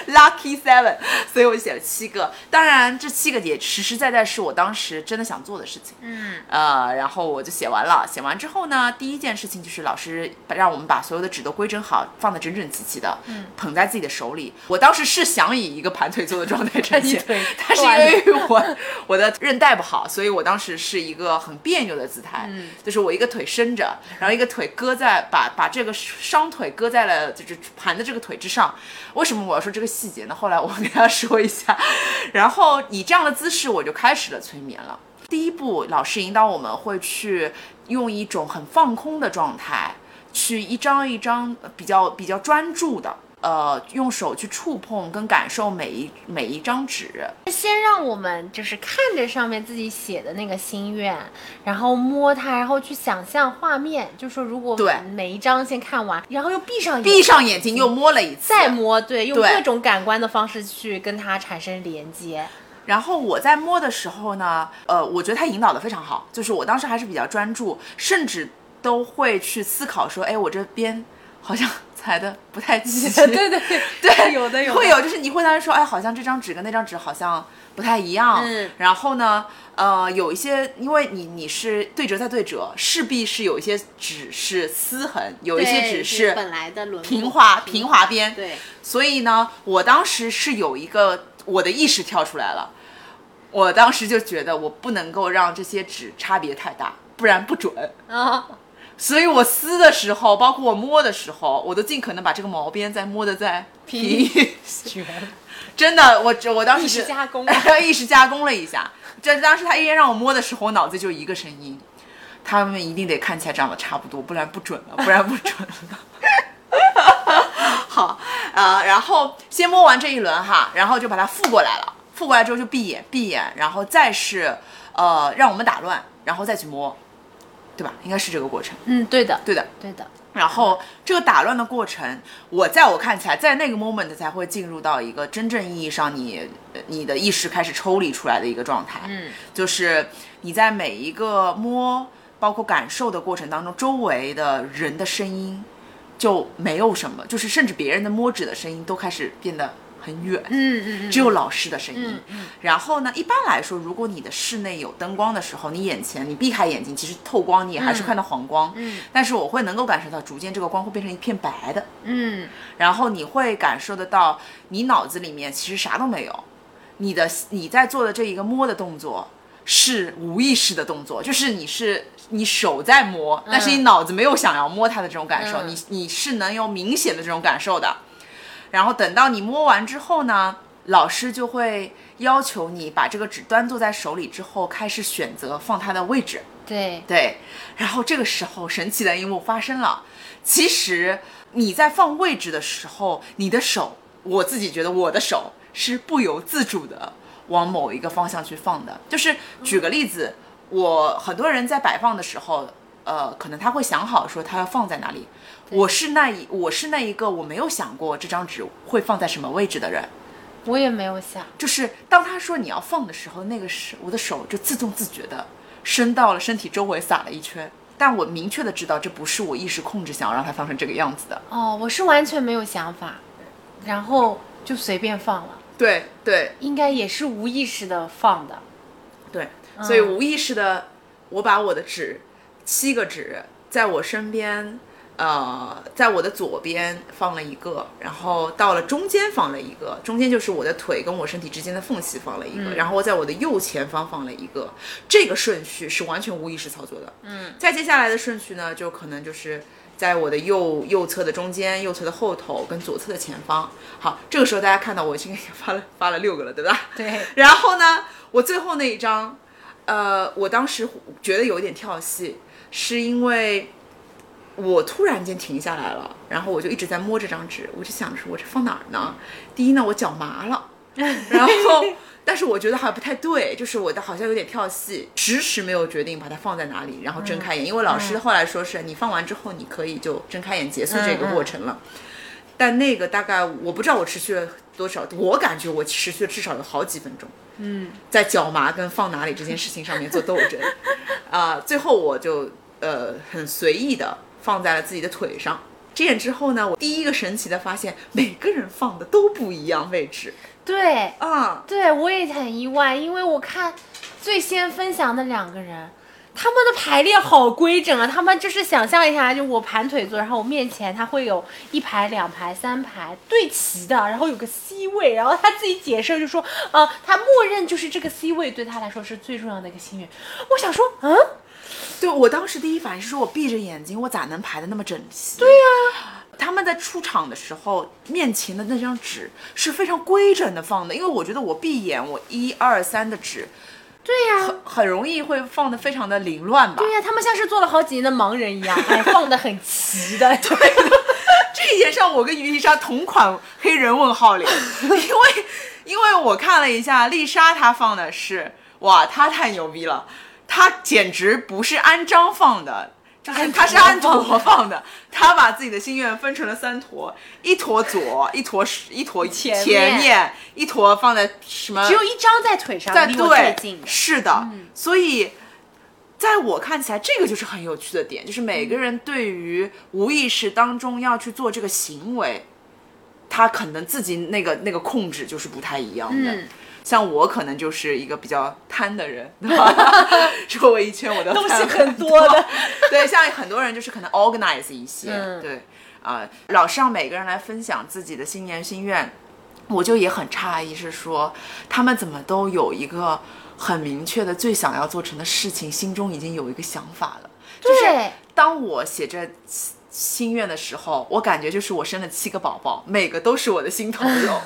Speaker 2: Lucky Seven，所以我写了七个。当然，这七个也实实在在是我当时真的想做的事情。
Speaker 1: 嗯，，
Speaker 2: 呃，然后我就写完了。写完之后呢，第一件事情就是老师把让我们把所有的纸都规整好，放得整整齐齐的，嗯，捧在自己的手里。我当时是想以一个盘腿坐的状态呈现
Speaker 1: 腿
Speaker 2: 但是因为我 [LAUGHS] 我的韧带不好，所以我当时是一个很别扭的姿态，
Speaker 1: 嗯
Speaker 2: 就是我一个腿伸着，然后一个腿搁在把把这个伤腿搁在了就是盘的这个腿之上。为什么我要说这个细节呢？后来我跟大家说一下， [LAUGHS] 然后以这样的姿势我就开始了催眠了。第一步，老师引导我们会去用一种很放空的状态，去一张一张呃比较比较专注的，呃，用手去触碰跟感受每一每一张纸，
Speaker 1: 嗯先让我们就是看着上面自己写的那个心愿，然后摸它，然后去想象画面，就说如果
Speaker 2: 对
Speaker 1: 每一张先看完，然后又闭上眼，
Speaker 2: 闭上眼睛又摸了一次，
Speaker 1: 再摸，对，用
Speaker 2: 对
Speaker 1: 各种感官的方式去跟它产生连接，。
Speaker 2: 然后我在摸的时候呢，呃，我觉得他引导的非常好，就是我当时还是比较专注，甚至都会去思考说，哎，我这边好像裁的不太齐
Speaker 1: [LAUGHS] 对对对
Speaker 2: 对，
Speaker 1: [LAUGHS] 有的有的
Speaker 2: 会有，就是你会在那说，哎，好像这张纸跟那张纸好像不太一样。
Speaker 1: 嗯
Speaker 2: 然后呢，呃，有一些，因为你你是对折再对折，势必是有一些纸是丝痕，有一些
Speaker 1: 对
Speaker 2: 纸
Speaker 1: 就是本来的轮
Speaker 2: 平
Speaker 1: 廓
Speaker 2: 滑平滑边。
Speaker 1: 对，
Speaker 2: 所以呢，我当时是有一个我的意识跳出来了，我当时就觉得我不能够让这些纸差别太大，不然不准。
Speaker 1: 啊、
Speaker 2: 所以我撕的时候，包括我摸的时候，我都尽可能把这个毛边再摸的再平
Speaker 1: [LAUGHS]
Speaker 2: 一些。
Speaker 1: 绝了，
Speaker 2: 真的，我我当时
Speaker 1: 意识
Speaker 2: 是
Speaker 1: 加工
Speaker 2: [LAUGHS] 意识加工了一下。这当时他依然让我摸的时候，我脑子就一个声音：他们一定得看起来长得差不多，不然不准了，不然不准了。 [LAUGHS] 好，呃，然后先摸完这一轮哈，然后就把它覆过来了。覆过来之后就闭眼，闭眼，然后再是呃让我们打乱，然后再去摸，对吧？应该是这个过程。
Speaker 1: [LAUGHS] 嗯，对的，
Speaker 2: 对的，
Speaker 1: 对的，
Speaker 2: 然后这个打乱的过程，我在我看起来，在那个 moment 才会进入到一个真正意义上你呃你的意识开始抽离出来的一个状态。嗯，就是你在每一个摸，包括感受的过程当中，周围的人的声音就没有什么，就是甚至别人的摸指的声音都开始变得很远。
Speaker 1: 嗯嗯嗯，
Speaker 2: 只有老师的声音。然后呢，一般来说，如果你的室内有灯光的时候，你眼前你避开眼睛，其实透光你也还是看到黄光。嗯，但是我会能够感受到，逐渐这个光会变成一片白的，
Speaker 1: 嗯
Speaker 2: 然后你会感受得到，你脑子里面其实啥都没有，你的你在做的这一个摸的动作。是无意识的动作，就是你是你手在摸，但是你脑子没有想要摸它的这种感受，
Speaker 1: 嗯
Speaker 2: 你你是能有明显的这种感受的。然后等到你摸完之后呢，老师就会要求你把这个纸端坐在手里之后，开始选择放它的位置。
Speaker 1: 对，
Speaker 2: 对，然后这个时候神奇的一幕发生了。其实你在放位置的时候，你的手，我自己觉得我的手是不由自主的往某一个方向去放的。就是举个例子，我很多人在摆放的时候，呃，可能他会想好说他要放在哪里。我是那一，我是那一个我没有想过这张纸会放在什么位置的人。
Speaker 1: 我也没有想，
Speaker 2: 就是当他说你要放的时候，那个是我的手就自动自觉的伸到了身体周围撒了一圈，但我明确的知道这不是我意识控制想要让它放成这个样子的。
Speaker 1: 哦，我是完全没有想法，然后就随便放了，
Speaker 2: 对对
Speaker 1: 应该也是无意识的放的，
Speaker 2: 对，所以无意识的，我把我的纸，七个纸在我身边。呃，在我的左边放了一个，然后到了中间放了一个，中间就是我的腿跟我身体之间的缝隙放了一个，然后在我的右前方放了一个，这个顺序是完全无意识操作的。再接下来的顺序呢，就可能就是在我的右右侧的中间、右侧的后头跟左侧的前方。好，这个时候大家看到我已经给你发了发了六个了，对吧？
Speaker 1: 对，
Speaker 2: 然后呢，我最后那一张，呃，我当时觉得有一点跳戏，是因为我突然间停下来了，然后我就一直在摸这张纸，我就想着说我这放哪儿呢？第一呢，我脚麻了，然后。但是我觉得好像不太对，就是我的好像有点跳戏，迟迟没有决定把它放在哪里，然后睁开眼，因为老师后来说是你放完之后，你可以就睁开眼结束这个过程了。但那个大概我不知道我持续了多少，我感觉我持续了至少有好几分钟。嗯，在脚麻跟放哪里这件事情上面做斗争，啊、最后我就呃很随意的放在了自己的腿上。这样之后呢，我第一个神奇的发现，每个人放的都不一样位置
Speaker 1: 对，
Speaker 2: 啊，
Speaker 1: 对我也很意外，因为我看最先分享的两个人，他们的排列好规整啊！他们就是想象一下，就我盘腿坐，然后我面前他会有一排、两排、三排对齐的，然后有个 C 位，然后他自己解释就说，呃，他默认就是这个 C 位对他来说是最重要的一个心愿。我想说，嗯，
Speaker 2: 对我当时第一反应是说我闭着眼睛，我咋能排的那么整齐？对呀、他们在出场的时候，面前的那张纸是非常规整的放的，因为我觉得我闭眼，我一二三的纸
Speaker 1: 对呀、
Speaker 2: 很容易会放的非常的凌乱吧。
Speaker 1: 对呀、他们像是做了好几年的盲人一样，哎，放的很齐
Speaker 2: [LAUGHS]
Speaker 1: 的。
Speaker 2: 这一点上，我跟于丽莎同款黑人问
Speaker 1: [LAUGHS]
Speaker 2: 号脸，因为因为我看了一下丽莎，她放的是哇，她太牛逼了，她简直不是按章放的。就是她是按坨放的，她把自己的心愿分成了三坨，一坨左，一坨一坨
Speaker 1: 前面
Speaker 2: 前面，一坨放在什么
Speaker 1: 只有一张在腿上，
Speaker 2: 在
Speaker 1: 离我最
Speaker 2: 对
Speaker 1: 近的。嗯
Speaker 2: 是的，所以在我看起来，这个就是很有趣的点，就是每
Speaker 1: 嗯
Speaker 2: 个人对于无意识当中要去做这个行为，他可能自己那个那个控制就是不太一样的。
Speaker 1: 嗯
Speaker 2: 像我可能就是一个比较贪的人， [LAUGHS] 对吧？周围一圈我的
Speaker 1: 东西
Speaker 2: 饭
Speaker 1: 很多的，
Speaker 2: 对，像很多人就是可能 organize 一些，
Speaker 1: 嗯
Speaker 2: 对啊、老师让每个人来分享自己的新年心愿，我就也很诧异，是说他们怎么都有一个很明确的最想要做成的事情，心中已经有一个想法了。就是
Speaker 1: 对
Speaker 2: 当我写着心心愿的时候，我感觉就是我生了七个宝宝，每个都是我的心头肉，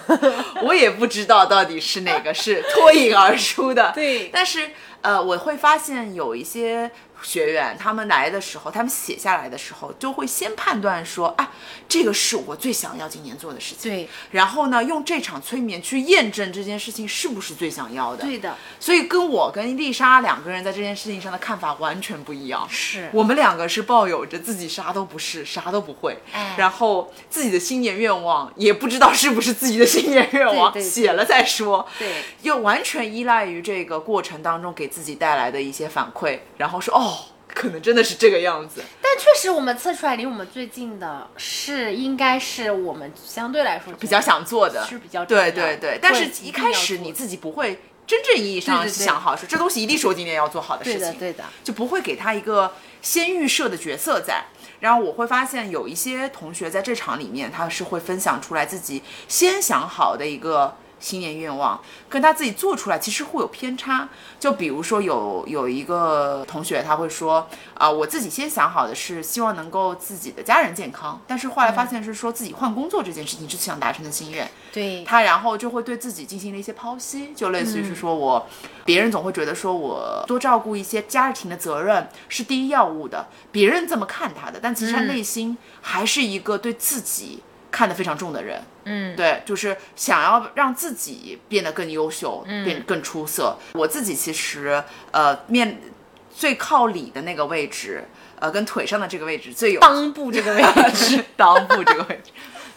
Speaker 1: [LAUGHS]
Speaker 2: 我也不知道到底是哪个是脱颖而出的。
Speaker 1: [LAUGHS] 对
Speaker 2: 但是呃，我会发现有一些学员，他们来的时候，他们写下来的时候，就会先判断说，啊，这个是我最想要今年做的事情。
Speaker 1: 对
Speaker 2: 然后呢，用这场催眠去验证这件事情是不是最想要的。
Speaker 1: 对的，
Speaker 2: 所以跟我跟丽莎两个人在这件事情上的看法完全不一样。
Speaker 1: 是
Speaker 2: 我们两个是抱有着自己啥都不是、啥都不会，
Speaker 1: 哎
Speaker 2: 然后自己的新年愿望也不知道是不是自己的新年愿望，
Speaker 1: 对对对
Speaker 2: 写了再说。
Speaker 1: 对
Speaker 2: 又完全依赖于这个过程当中给自己带来的一些反馈，然后说哦，可能真的是这个样子。
Speaker 1: 但确实我们测出来离我们最近的是应该是我们相对来说
Speaker 2: 比较想做的，
Speaker 1: 是比较重要
Speaker 2: 对
Speaker 1: 的
Speaker 2: 对对
Speaker 1: 会。
Speaker 2: 但是
Speaker 1: 一
Speaker 2: 一
Speaker 1: 定
Speaker 2: 开
Speaker 1: 要
Speaker 2: 始
Speaker 1: 做
Speaker 2: 你
Speaker 1: 的
Speaker 2: 自己不会真正意义上
Speaker 1: 对对对
Speaker 2: 想好说这东西一定是我今年要做好的事
Speaker 1: 对
Speaker 2: 情，
Speaker 1: 的对的
Speaker 2: 就不会给他一个先预设的角色在。然后我会发现有一些同学在这场里面，他是会分享出来自己先想好的一个。新年愿望跟他自己做出来其实会有偏差，就比如说有有一个同学他会说啊、我自己先想好的是希望能够自己的家人健康，但是后来发现是说自己换工作这件事情是想达成的心愿，
Speaker 1: 对
Speaker 2: 他然后就会对自己进行了一些剖析，就类似于是说我，别人总会觉得说我多照顾一些家庭的责任是第一要务的，别人这么看他的，但其实他内心还是一个对自己看得非常重的人。
Speaker 1: 嗯
Speaker 2: 对，就是想要让自己变得更优秀，变更出色。我自己其实呃面最靠里的那个位置，呃跟腿上的这个位置最有
Speaker 1: 裆部这个位置
Speaker 2: [LAUGHS] 是裆部这个位置，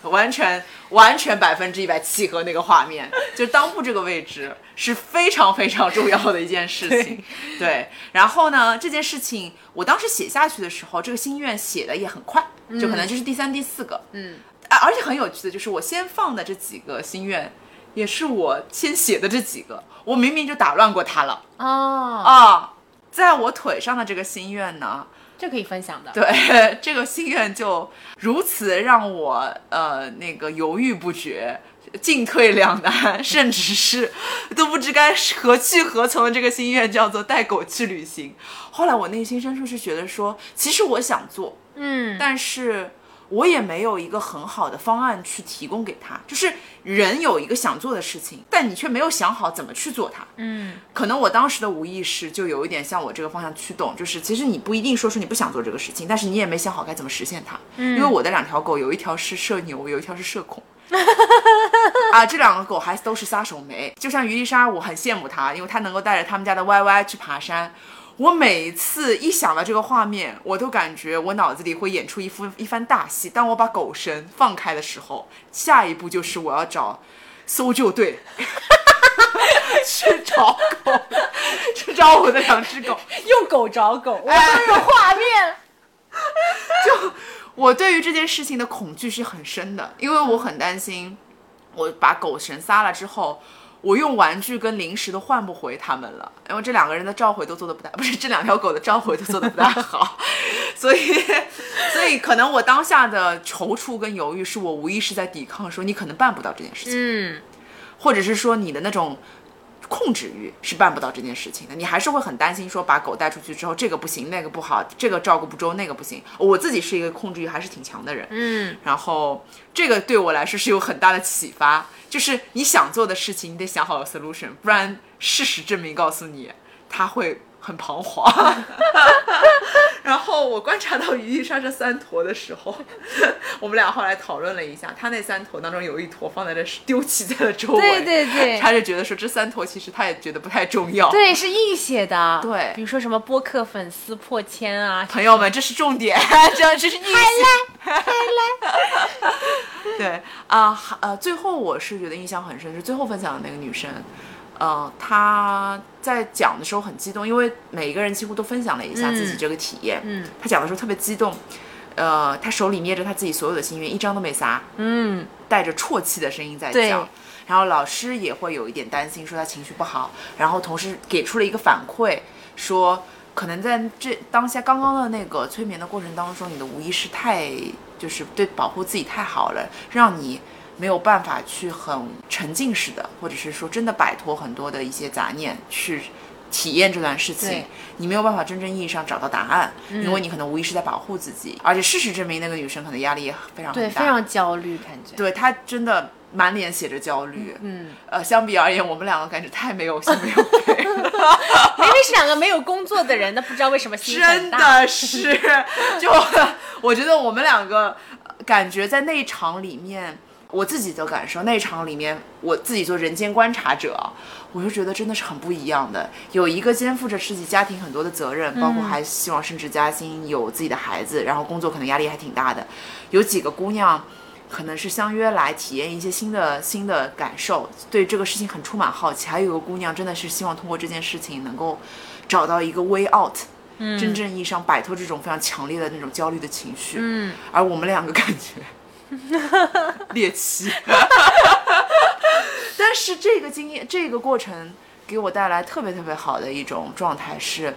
Speaker 2: 完全完全百分之一百契合那个画面。就裆部这个位置是非常非常重要的一件事情。对然后呢，这件事情我当时写下去的时候，这个心愿写的也很快，就可能就是第三、第四个。
Speaker 1: 嗯，
Speaker 2: 啊，而且很有趣的就是，我先放的这几个心愿，也是我先写的这几个，我明明就打乱过它了
Speaker 1: 哦，
Speaker 2: 啊。在我腿上的这个心愿呢，
Speaker 1: 这可以分享的。
Speaker 2: 对这个心愿就如此让我呃那个犹豫不决、进退两难，甚至是都不知该何去何从的这个心愿叫做带狗去旅行。后来我内心深处是觉得说，其实我想做，
Speaker 1: 嗯，
Speaker 2: 但是我也没有一个很好的方案去提供给他。就是人有一个想做的事情，但你却没有想好怎么去做它。 [LAUGHS]
Speaker 1: 嗯，
Speaker 2: 可能我当时的无意识就有一点向我这个方向驱动，就是其实你不一定说是你不想做这个事情，但是你也没想好该怎么实现它。因为我的两条狗有一条是社牛，有一条是社恐。啊，这两个狗还都是撒手梅，就像于丽莎，我很羡慕她，因为她能够带着他们家的 YY 去爬山。我每次一想到这个画面，我都感觉我脑子里会演出一幅一番大戏。当我把狗绳放开的时候，下一步就是我要找搜救队 [LAUGHS] 去找狗，去找我的两只狗。 [LAUGHS]
Speaker 1: 用狗找狗，我
Speaker 2: 哎
Speaker 1: 都有画面。
Speaker 2: 我对于这件事情的恐惧是很深的，因为我很担心，我把狗绳撒了之后，我用玩具跟零食都换不回它们了，因为这两个人的召回都做的不大，不是这两条狗的召回都做的不大好， [LAUGHS] 所以，所以可能我当下的踌躇跟犹豫，是我无意识在抵抗，说你可能办不到这件事情。
Speaker 1: 嗯，
Speaker 2: 或者是说你的那种控制欲是办不到这件事情的，你还是会很担心说把狗带出去之后这个不行那个不好，这个照顾不周那个不行。我自己是一个控制欲还是挺强的人，
Speaker 1: 嗯，
Speaker 2: 然后这个对我来说是有很大的启发，就是你想做的事情你得想好 solution，不然事实证明告诉你他会。很彷徨， [LAUGHS] 然后我观察到于丽莎这三坨的时候， [LAUGHS] 我们俩后来讨论了一下，她那三坨当中有一坨放在了丢弃在了周围，
Speaker 1: 对对对
Speaker 2: 他就觉得说这三坨其实他也觉得不太重要。
Speaker 1: 对，是硬写的。
Speaker 2: 对
Speaker 1: 比如说什么播客粉丝破千啊，
Speaker 2: 朋友们，这是重
Speaker 1: [LAUGHS]
Speaker 2: 点，这这是逆袭。对啊，哈呃，最后我是觉得印象很深，是最后分享的那个女生，呃，她在讲的时候很激动，因为每一个人几乎都分享了一下自己
Speaker 1: 嗯
Speaker 2: 这个体验。
Speaker 1: 嗯，
Speaker 2: 她讲的时候特别激动，呃，她手里捏着她自己所有的心愿，一张都没撒，
Speaker 1: 嗯，
Speaker 2: 带着啜泣的声音在
Speaker 1: 对
Speaker 2: 讲。然后老师也会有一点担心，说他情绪不好，然后同时给出了一个反馈，说可能在这当下刚刚的那个催眠的过程当中，你的无意识太就是对保护自己太好了，让你没有办法去很沉浸式的，或者是说真的摆脱很多的一些杂念去。体验这段事情
Speaker 1: 对，嗯
Speaker 2: 你没有办法真正意义上找到答案，因为你可能无意识在保护自己，而且事实证明那个女生可能压力也非常很大，
Speaker 1: 对，非常焦虑感
Speaker 2: [LAUGHS]
Speaker 1: 觉。
Speaker 2: 对他真的满脸写着焦虑。
Speaker 1: 嗯，
Speaker 2: 呃，相比而言，我们两个感觉太没有心没有肺了。 [LAUGHS]
Speaker 1: 明明是两个没有工作的人，那不知道为什么心
Speaker 2: 真
Speaker 1: 很大。
Speaker 2: 的是， [LAUGHS] 就我觉得我们两个呃感觉在那一场里面，我自己的感受，那一场里面我自己做人间观察者，我就觉得真的是很不一样的。有一个肩负着自己家庭很多的责任，包括还希望升职加薪，有自己的孩子，然后工作可能压力还挺大的。有几个姑娘。可能是相约来体验一些新的新的感受，对这个事情很充满好奇。还有一个姑娘真的是希望通过这件事情能够找到一个 way out，真正意义上摆脱这种非常强烈的那种焦虑的情绪。嗯， [LAUGHS] 而我们两个感觉猎奇，但是这个经验，这个过程给我带来特别特别好的一种状态是。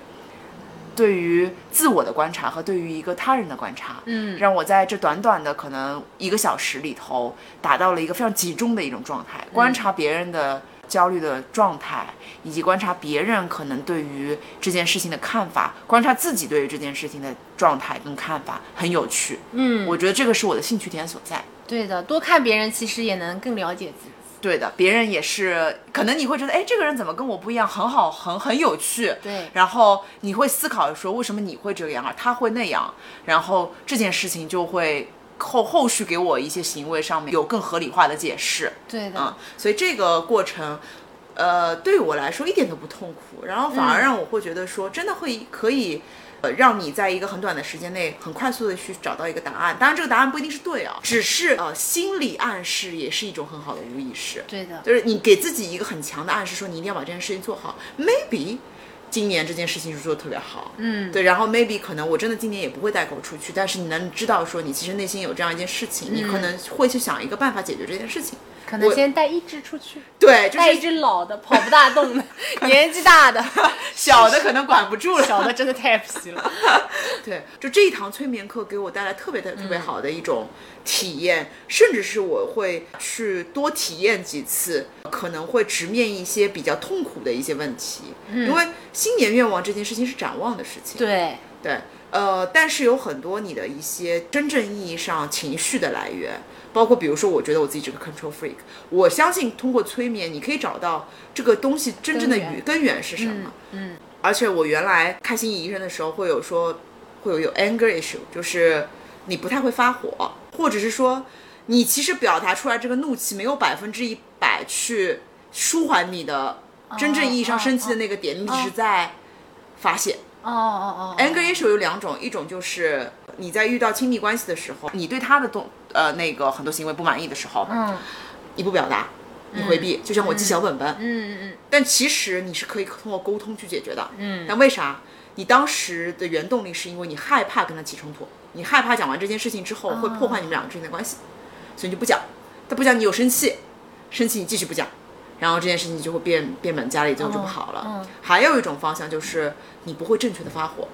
Speaker 2: 对于自我的观察和对于一个他人的观察，嗯，让我在这短短的可能一个小时里头，达到了一个非常集中的一种状态，观察别人的焦虑的状态，以及观察别人可能对于这件事情的看法，观察自己对于这件事情的状态跟看法，很有趣。嗯，我觉得这个是我的兴趣点所在。
Speaker 1: 对的，多看别人其实也能更了解自己。
Speaker 2: 对的，别人也是，可能你会觉得，哎，这个人怎么跟我不一样？很好，很很有趣。
Speaker 1: 对
Speaker 2: 然后你会思考说，为什么你会这样，而啊他会那样？然后这件事情就会后后续给我一些行为上面有更合理化的解释。
Speaker 1: 对的，
Speaker 2: 啊、所以这个过程，呃，对我来说一点都不痛苦，然后反而让我会觉得说，真的会可以。呃，让你在一个很短的时间内，很快速的去找到一个答案。当然，这个答案不一定是对啊，只是呃，心理暗示也是一种很好的无意识。
Speaker 1: 对的，
Speaker 2: 就是你给自己一个很强的暗示，说你一定要把这件事情做好。Maybe 今年这件事情是做的特别好，嗯，对。然后 maybe 可能我真的今年也不会带狗出去，但是你能知道说你其实内心有这样一件事情，你可能会去想一个办法解决这件事情。
Speaker 1: 嗯可能
Speaker 2: 我
Speaker 1: 先带一只出去，
Speaker 2: 对，就
Speaker 1: 带一
Speaker 2: 是
Speaker 1: 只老的跑不大动
Speaker 2: [LAUGHS]
Speaker 1: 的，年纪大的，
Speaker 2: 小的可能管不住了，
Speaker 1: 小的真的太皮了。
Speaker 2: 对，就这一堂催眠课给我带来特别特别特别好的一种体验，甚至是我会去多体验几次，可能会直面一些比较痛苦的一些问题，因为新年愿望这件事情是展望的事情，
Speaker 1: 对，
Speaker 2: 对，呃，但是有很多你的一些真正意义上情绪的来源，包括比如说，我觉得我自己这个 control freak，我相信通过催眠，你可以找到这个东西真正的
Speaker 1: 根源
Speaker 2: 语根源是什么。嗯，而且我原来看心理医生的时候，会有说会有有 anger issue，就是你不太会发火，或者是说你其实表达出来这个怒气没有百分之一百去舒缓你的真正意义上
Speaker 1: 哦
Speaker 2: 生气的那个点，你只是在发泄。
Speaker 1: 哦哦哦
Speaker 2: anger issue 有两种，一种就是你在遇到亲密关系的时候，你对他的动呃那个很多行为不满意的时候，
Speaker 1: 嗯
Speaker 2: 你不表达，你回避，就像我记小本本，
Speaker 1: 嗯嗯
Speaker 2: 但其实你是可以通过沟通去解决的。
Speaker 1: 嗯
Speaker 2: 但为啥？你当时的原动力是因为你害怕跟他起冲突，你害怕讲完这件事情之后会破坏你们两个之间的关系，所以你就不讲。他不讲，你有生气，生气你继续不讲，然后这件事情就会变变本加厉，最后就不好了。
Speaker 1: 嗯
Speaker 2: 还有一种方向就是你不会正确的发火，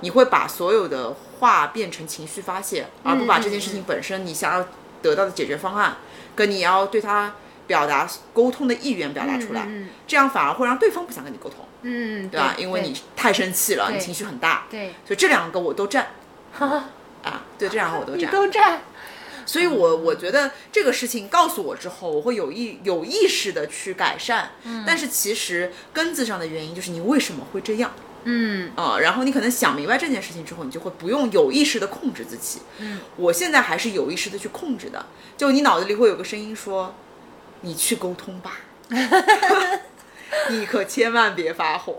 Speaker 2: 你会把所有的话变成情绪发泄，而不把这件事情本身你想要得到的解决方案，跟你要对他表达沟通的意愿表达出来，
Speaker 1: 嗯嗯
Speaker 2: 这样反而会让对方不想跟你沟通，
Speaker 1: 嗯，
Speaker 2: 对吧？因为你太生气了，
Speaker 1: 对
Speaker 2: 你情绪很大，
Speaker 1: 对
Speaker 2: 所以这两个我都占。啊，对，这两个我都
Speaker 1: 你
Speaker 2: 占。
Speaker 1: 都占，
Speaker 2: 所以我我觉得这个事情告诉我之后，我会有意有意识的去改善。嗯，但是其实根子上的原因就是你为什么会这样
Speaker 1: 嗯
Speaker 2: 啊、然后你可能想明白这件事情之后，你就会不用有意识的控制自己。嗯，我现在还是有意识的去控制的，就你脑子里会有个声音说，你去沟通吧，
Speaker 1: [LAUGHS]
Speaker 2: 你可千万别
Speaker 1: [LAUGHS]
Speaker 2: 发火。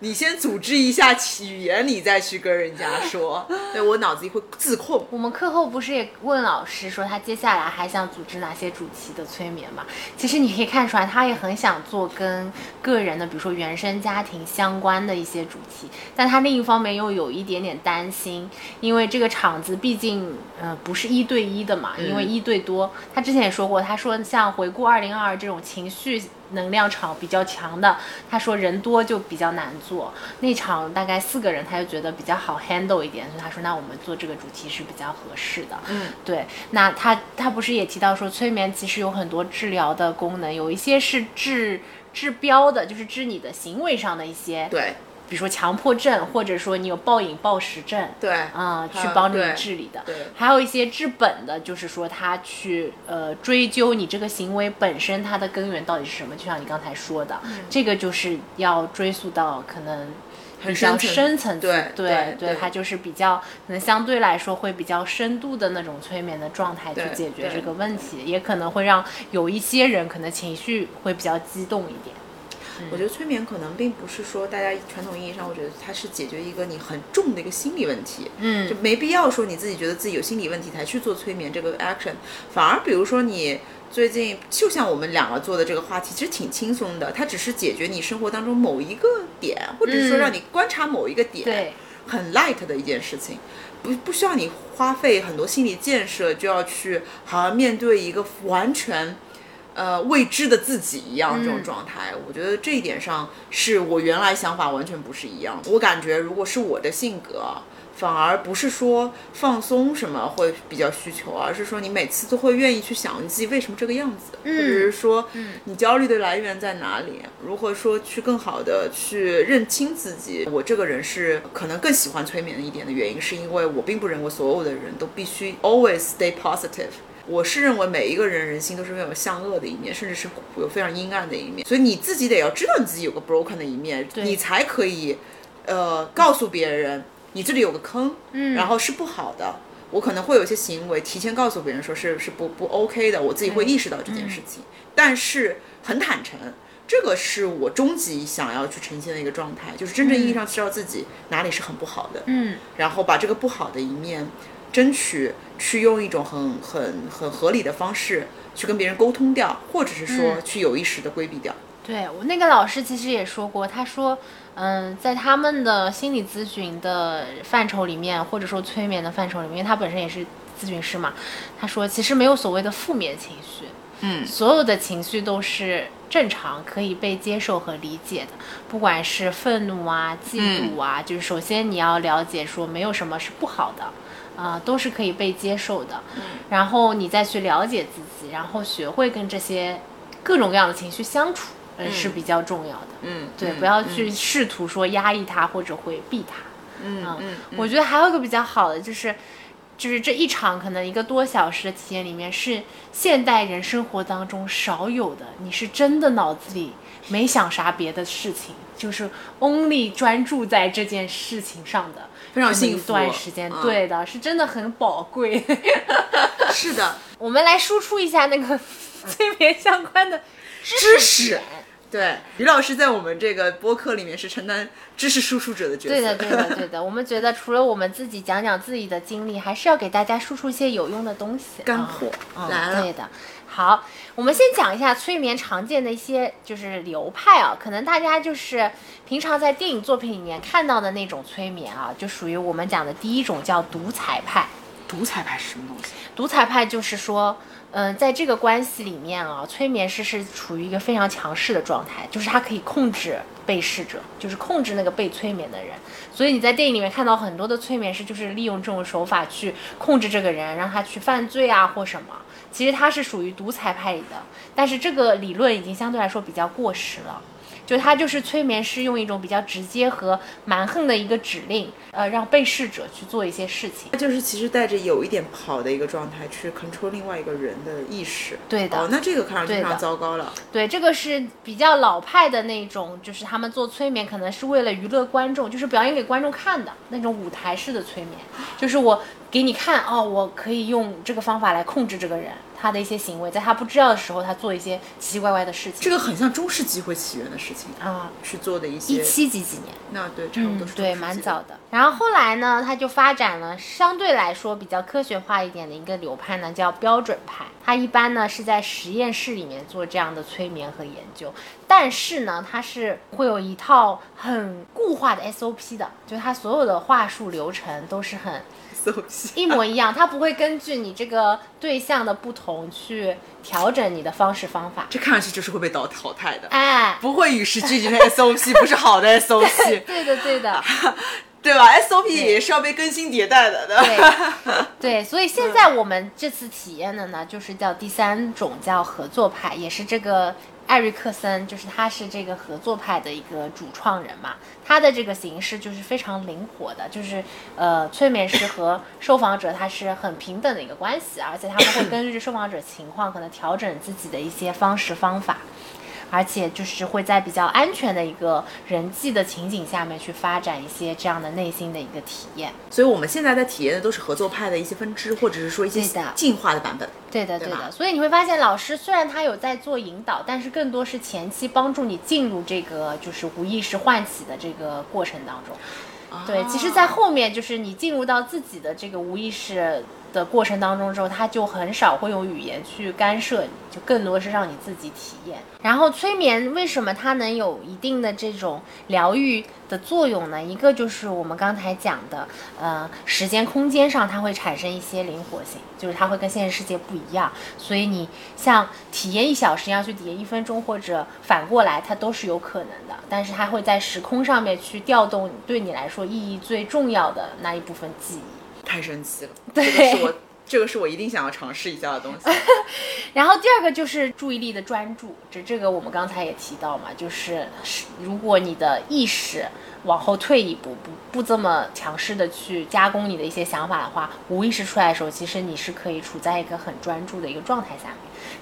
Speaker 2: 你先组织一下语言，你再去跟人家
Speaker 1: [LAUGHS]
Speaker 2: 说。对我脑子里会自控，
Speaker 1: 我们课后不是也问老师说他接下来还想组织哪些主题的催眠嘛？其实你可以看出来，他也很想做跟个人的，比如说原生家庭相关的一些主题，但他另一方面又有一点点担心，因为这个场子毕竟呃不是一对一的嘛，因为一对多。他之前也说过，他说像回顾二零二二这种情绪能量场比较强的，他说人多就比较难做。那场大概四个人，他就觉得比较好 handle 一点，所以他说那我们做这个主题是比较合适的。
Speaker 2: 嗯，
Speaker 1: 对。那他他不是也提到说，催眠其实有很多治疗的功能，有一些是治治标的，就是治你的行为上的一些
Speaker 2: 对，
Speaker 1: 比如说强迫症，或者说你有暴饮暴食症，
Speaker 2: 对
Speaker 1: 啊、
Speaker 2: 还
Speaker 1: 去
Speaker 2: 有
Speaker 1: 帮助你
Speaker 2: 对
Speaker 1: 治理的。
Speaker 2: 对
Speaker 1: 还有一些治本的，就是说他去呃追究你这个行为本身它的根源到底是什么，就像你刚才说的，
Speaker 2: 嗯
Speaker 1: 这个就是要追溯到可能。比较
Speaker 2: 深层
Speaker 1: 深层次，
Speaker 2: 对
Speaker 1: 对
Speaker 2: 对对
Speaker 1: 它就是比较可能相对来说会比较深度的那种催眠的状态去
Speaker 2: 对
Speaker 1: 解决
Speaker 2: 对
Speaker 1: 这个问题，也可能会让有一些人可能情绪会比较激动一点。
Speaker 2: 我觉得催眠可能并不是说大家传统意义上，我觉得它是解决一个你很重的一个心理问题，
Speaker 1: 嗯
Speaker 2: 就没必要说你自己觉得自己有心理问题才去做催眠这个 action，反而比如说你。最近就像我们两个做的这个话题，其实挺轻松的，它只是解决你生活当中某一个点，或者是说
Speaker 1: 嗯
Speaker 2: 让你观察某一个点，
Speaker 1: 对，
Speaker 2: 很 light 的一件事情，不不需要你花费很多心理建设，就要去好像面对一个完全呃未知的自己一样这种状态。我觉得这一点上是我原来想法完全不是一样的。我感觉如果是我的性格。反而不是说放松什么会比较需求，而是说你每次都会愿意去想你自己为什么这个样子，或者是说你焦虑的来源在哪里，如何说去更好的去认清自己。我这个人是可能更喜欢催眠一点的原因，是因为我并不认为所有的人都必须 always stay positive。我是认为每一个人人性都是没有善恶的一面，甚至是有非常阴暗的一面，所以你自己得要知道你自己有个 broken 的一面，你才可以呃告诉别人你这里有个坑，嗯，然后是不好的。我可能会有一些行为提前告诉别人说是是不不 OK 的，我自己会意识到这件
Speaker 1: 嗯
Speaker 2: 事情，但是很坦诚，这个是我终极想要去呈现的一个状态，就是真正意义上知道自己哪里是很不好的，
Speaker 1: 嗯，
Speaker 2: 然后把这个不好的一面，争取去用一种很很很合理的方式去跟别人沟通掉，或者是
Speaker 1: 嗯
Speaker 2: 说去有意识的规避掉。
Speaker 1: 对我那个老师其实也说过，他说，嗯，在他们的心理咨询的范畴里面，或者说催眠的范畴里面，因为他本身也是咨询师嘛，他说其实没有所谓的负面情绪，
Speaker 4: 嗯
Speaker 1: 所有的情绪都是正常可以被接受和理解的，不管是愤怒啊、嫉妒啊，就是首先你要了解说没有什么是不好的，啊、都是可以被接受的，然后你再去了解自己，然后学会跟这些各种各样的情绪相处，嗯，是比较重要的。
Speaker 2: 嗯，
Speaker 1: 对，
Speaker 2: 嗯
Speaker 1: 不要去试图说压抑它或者回避它。
Speaker 2: 嗯嗯
Speaker 1: 我觉得还有一个比较好的就是，就是这一场可能一个多小时的体验里面，是现代人生活当中少有的，你是真的脑子里没想啥别的事情，就是 only 专注在这件事情上的。
Speaker 2: 非常
Speaker 1: 这么
Speaker 2: 幸
Speaker 1: 一
Speaker 2: 福
Speaker 1: 段时间，
Speaker 2: 嗯
Speaker 1: 对的，是真的很宝贵。
Speaker 2: [LAUGHS]
Speaker 1: [LAUGHS]
Speaker 2: 是的，
Speaker 1: 我们来输出一下那个 [LAUGHS] 催眠相关的
Speaker 2: 知
Speaker 1: 知
Speaker 2: 识
Speaker 1: 点。
Speaker 2: 对，于老师在我们这个播客里面是承担知识输出者的角色。
Speaker 1: 对的，对的，对的。我们觉得除了我们自己讲讲自己的经历，还是要给大家输出一些有用的东西。
Speaker 2: [LAUGHS] 干货
Speaker 1: 啊嗯
Speaker 2: 来了
Speaker 1: 对的。好，我们先讲一下催眠常见的一些就是流派啊，可能大家就是平常在电影作品里面看到的那种催眠啊，就属于我们讲的第一种叫独裁派。
Speaker 4: 独裁派是什么东西？
Speaker 1: 独裁派就是说，嗯、在这个关系里面啊，催眠师是处于一个非常强势的状态，就是他可以控制被试者，就是控制那个被催眠的人。所以你在电影里面看到很多的催眠师，就是利用这种手法去控制这个人，让他去犯罪啊或什么。其实他是属于独裁派里的，但是这个理论已经相对来说比较过时了。就他就是催眠师用一种比较直接和蛮横的一个指令，呃，让被试者去做一些事情。
Speaker 2: 他就是其实带着有一点跑的一个状态去 control 另外一个人的意识。
Speaker 1: 对的
Speaker 2: 哦，那这个看上去
Speaker 1: 对
Speaker 2: 非常
Speaker 1: 的
Speaker 2: 糟糕了。
Speaker 1: 对，这个是比较老派的那种，就是他们做催眠可能是为了娱乐观众，就是表演给观众看的那种舞台式的催眠，就是我给你看哦，我可以用这个方法来控制这个人他的一些行为，在他不知道的时候，他做一些奇奇怪怪的事情。
Speaker 2: 这个很像中世纪会起源的事情，
Speaker 1: 啊，
Speaker 2: 去做的一
Speaker 1: 一
Speaker 2: 些。
Speaker 1: 七几几年。
Speaker 2: 那对，差不多
Speaker 1: 嗯
Speaker 2: 是、
Speaker 1: 对，蛮早。的。然后后来呢，它就发展了相对来说比较科学化一点的一个流派呢，叫标准派。它一般呢是在实验室里面做这样的催眠和研究，但是呢，它是会有一套很固化的 SOP 的，就是它所有的话术流程都是很
Speaker 2: 搜集
Speaker 1: 一模一样，它不会根据你这个对象的不同去调整你的方式方法。
Speaker 2: 这看上去就是会被淘淘汰的，
Speaker 1: 哎，
Speaker 4: 不会与时俱进的 SOP 不是好的 SOP，
Speaker 1: [LAUGHS] 对的，对的。
Speaker 2: 对吧？SOP 也是要被更新迭代的，对吧？
Speaker 1: 对 [LAUGHS] 对，所以现在我们这次体验的呢，就是叫第三种叫合作派，也是这个艾瑞克森就是他是这个合作派的一个主创人嘛，他的这个形式就是非常灵活的，就是呃，催眠师和受访者他是很平等的一个关系，而且他们会根据受访者情况可能调整自己的一些方式方法，而且就是会在比较安全的一个人际的情景下面去发展一些这样的内心的一个体验。
Speaker 2: 所以我们现在在体验的都是合作派的一些分支，或者是说一些
Speaker 1: 对的
Speaker 2: 进化的版本。
Speaker 1: 对的，
Speaker 2: 对
Speaker 1: 对
Speaker 2: 吧
Speaker 1: 的。所以你会发现，老师虽然他有在做引导，但是更多是前期帮助你进入这个就是无意识唤起的这个过程当中。对，其实，
Speaker 2: 啊
Speaker 1: 在后面就是你进入到自己的这个无意识的过程当中之后，他就很少会用语言去干涉你，就更多是让你自己体验。然后催眠为什么它能有一定的这种疗愈的作用呢？一个就是我们刚才讲的，呃，时间空间上它会产生一些灵活性，就是它会跟现实世界不一样，所以你像体验一小时，你要去体验一分钟，或者反过来，它都是有可能的。但是它会在时空上面去调动对你来说意义最重要的那一部分记忆。
Speaker 2: 太神奇了，
Speaker 1: 对
Speaker 2: 这个是我这个是我一定想要尝试一下的东
Speaker 1: [LAUGHS]
Speaker 2: 西。
Speaker 1: 然后第二个就是注意力的专注，这这个我们刚才也提到嘛，就是是如果你的意识往后退一步，不不这么强势的去加工你的一些想法的话，无意识出来的时候，其实你是可以处在一个很专注的一个状态下面，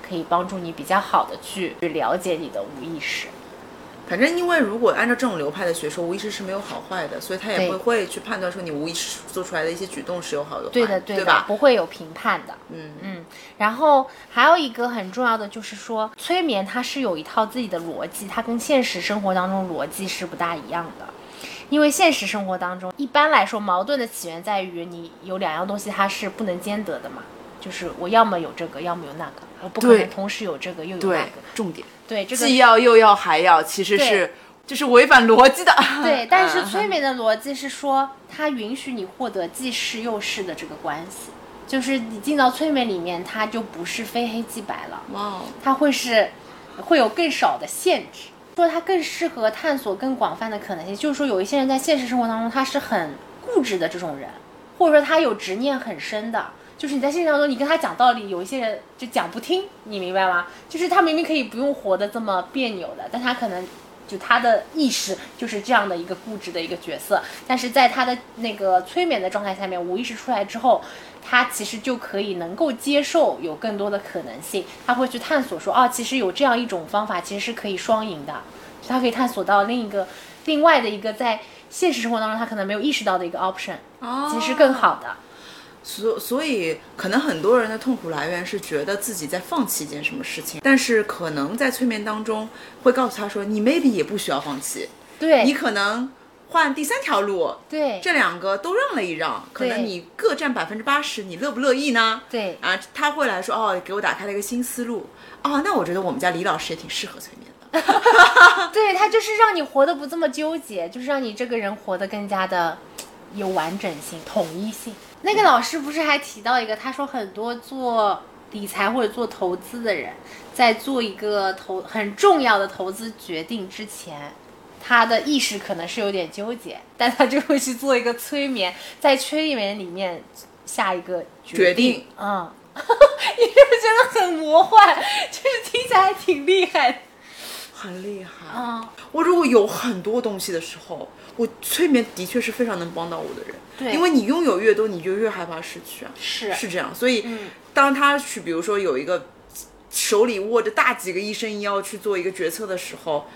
Speaker 1: 可以帮助你比较好的去了解你的无意识。
Speaker 2: 反正因为如果按照这种流派的学说，无意识是没有好坏的，所以他也
Speaker 1: 对
Speaker 2: 不会去判断说你无意识做出来的一些举动是有好有坏，
Speaker 1: 对的，
Speaker 2: 对
Speaker 1: 的，
Speaker 2: 吧？
Speaker 1: 不会有评判的。
Speaker 2: 嗯
Speaker 1: 嗯，然后还有一个很重要的就是说，催眠它是有一套自己的逻辑，它跟现实生活当中逻辑是不大一样的。因为现实生活当中，一般来说矛盾的起源在于你有两样东西它是不能兼得的嘛，就是我要么有这个，要么有那个，我不可
Speaker 5: 对
Speaker 1: 能同时有这个又有那
Speaker 5: 对
Speaker 1: 个。，
Speaker 5: 重点
Speaker 1: 对，这个
Speaker 5: 既要又要还要，其实是
Speaker 1: 对
Speaker 5: 就是违反逻辑的。
Speaker 1: 对，但是催眠的逻辑是说，它允许你获得既是又是的这个关系，就是你进到催眠里面，它就不是非黑即白了，
Speaker 2: 哇哦，
Speaker 1: 它会是会有更少的限制，说它更适合探索更广泛的可能性。就是说，有一些人在现实生活当中他是很固执的这种人，或者说他有执念很深的。就是你在现实当中，你跟他讲道理，有一些人就讲不听，你明白吗？就是他明明可以不用活得这么别扭的，但他可能就他的意识就是这样的一个固执的一个角色，但是在他的那个催眠的状态下面，无意识出来之后，他其实就可以能够接受有更多的可能性，他会去探索说，啊，其实有这样一种方法，其实是可以双赢的，他可以探索到另一个另外的一个在现实生活当中他可能没有意识到的一个 option，其实更好的。
Speaker 2: 所所以可能很多人的痛苦来源是觉得自己在放弃一件什么事情，但是可能在催眠当中会告诉他说，你 maybe 也不需要放弃，你
Speaker 1: 对
Speaker 2: 可能换第三条路，
Speaker 1: 对
Speaker 2: 这两个都让了一让，可能
Speaker 1: 哎对
Speaker 2: 你各占百分之八十，你乐不乐意呢？
Speaker 1: 对
Speaker 2: 啊，他会来说哦，给我打开了一个新思路哦，那我觉得我们家李老师也挺适合催眠的。
Speaker 1: 对，他就是让你活得不这么纠结，就是让你这个人活得更加的有完整性、统一性。那个老师不是还提到一个，他说很多做理财或者做投资的人，在做一个投很重要的投资决定之前，他的意识可能是有点纠结，但他就会去做一个催眠，在催眠里面下一个
Speaker 2: 决
Speaker 1: 定
Speaker 2: 定
Speaker 1: 嗯， [LAUGHS] 你是不是觉得很魔幻？就是听起来还挺厉害的。
Speaker 2: 很厉害
Speaker 1: 嗯，
Speaker 2: 我如果有很多东西的时候，我催眠的确是非常能帮到我的人。
Speaker 1: 对
Speaker 2: 因为你拥有越多，你就越害怕失去啊。
Speaker 1: 是嗯
Speaker 2: 是这样，所以、当他去，比如说有一个手里握着大几个医生要去做一个决策的时候，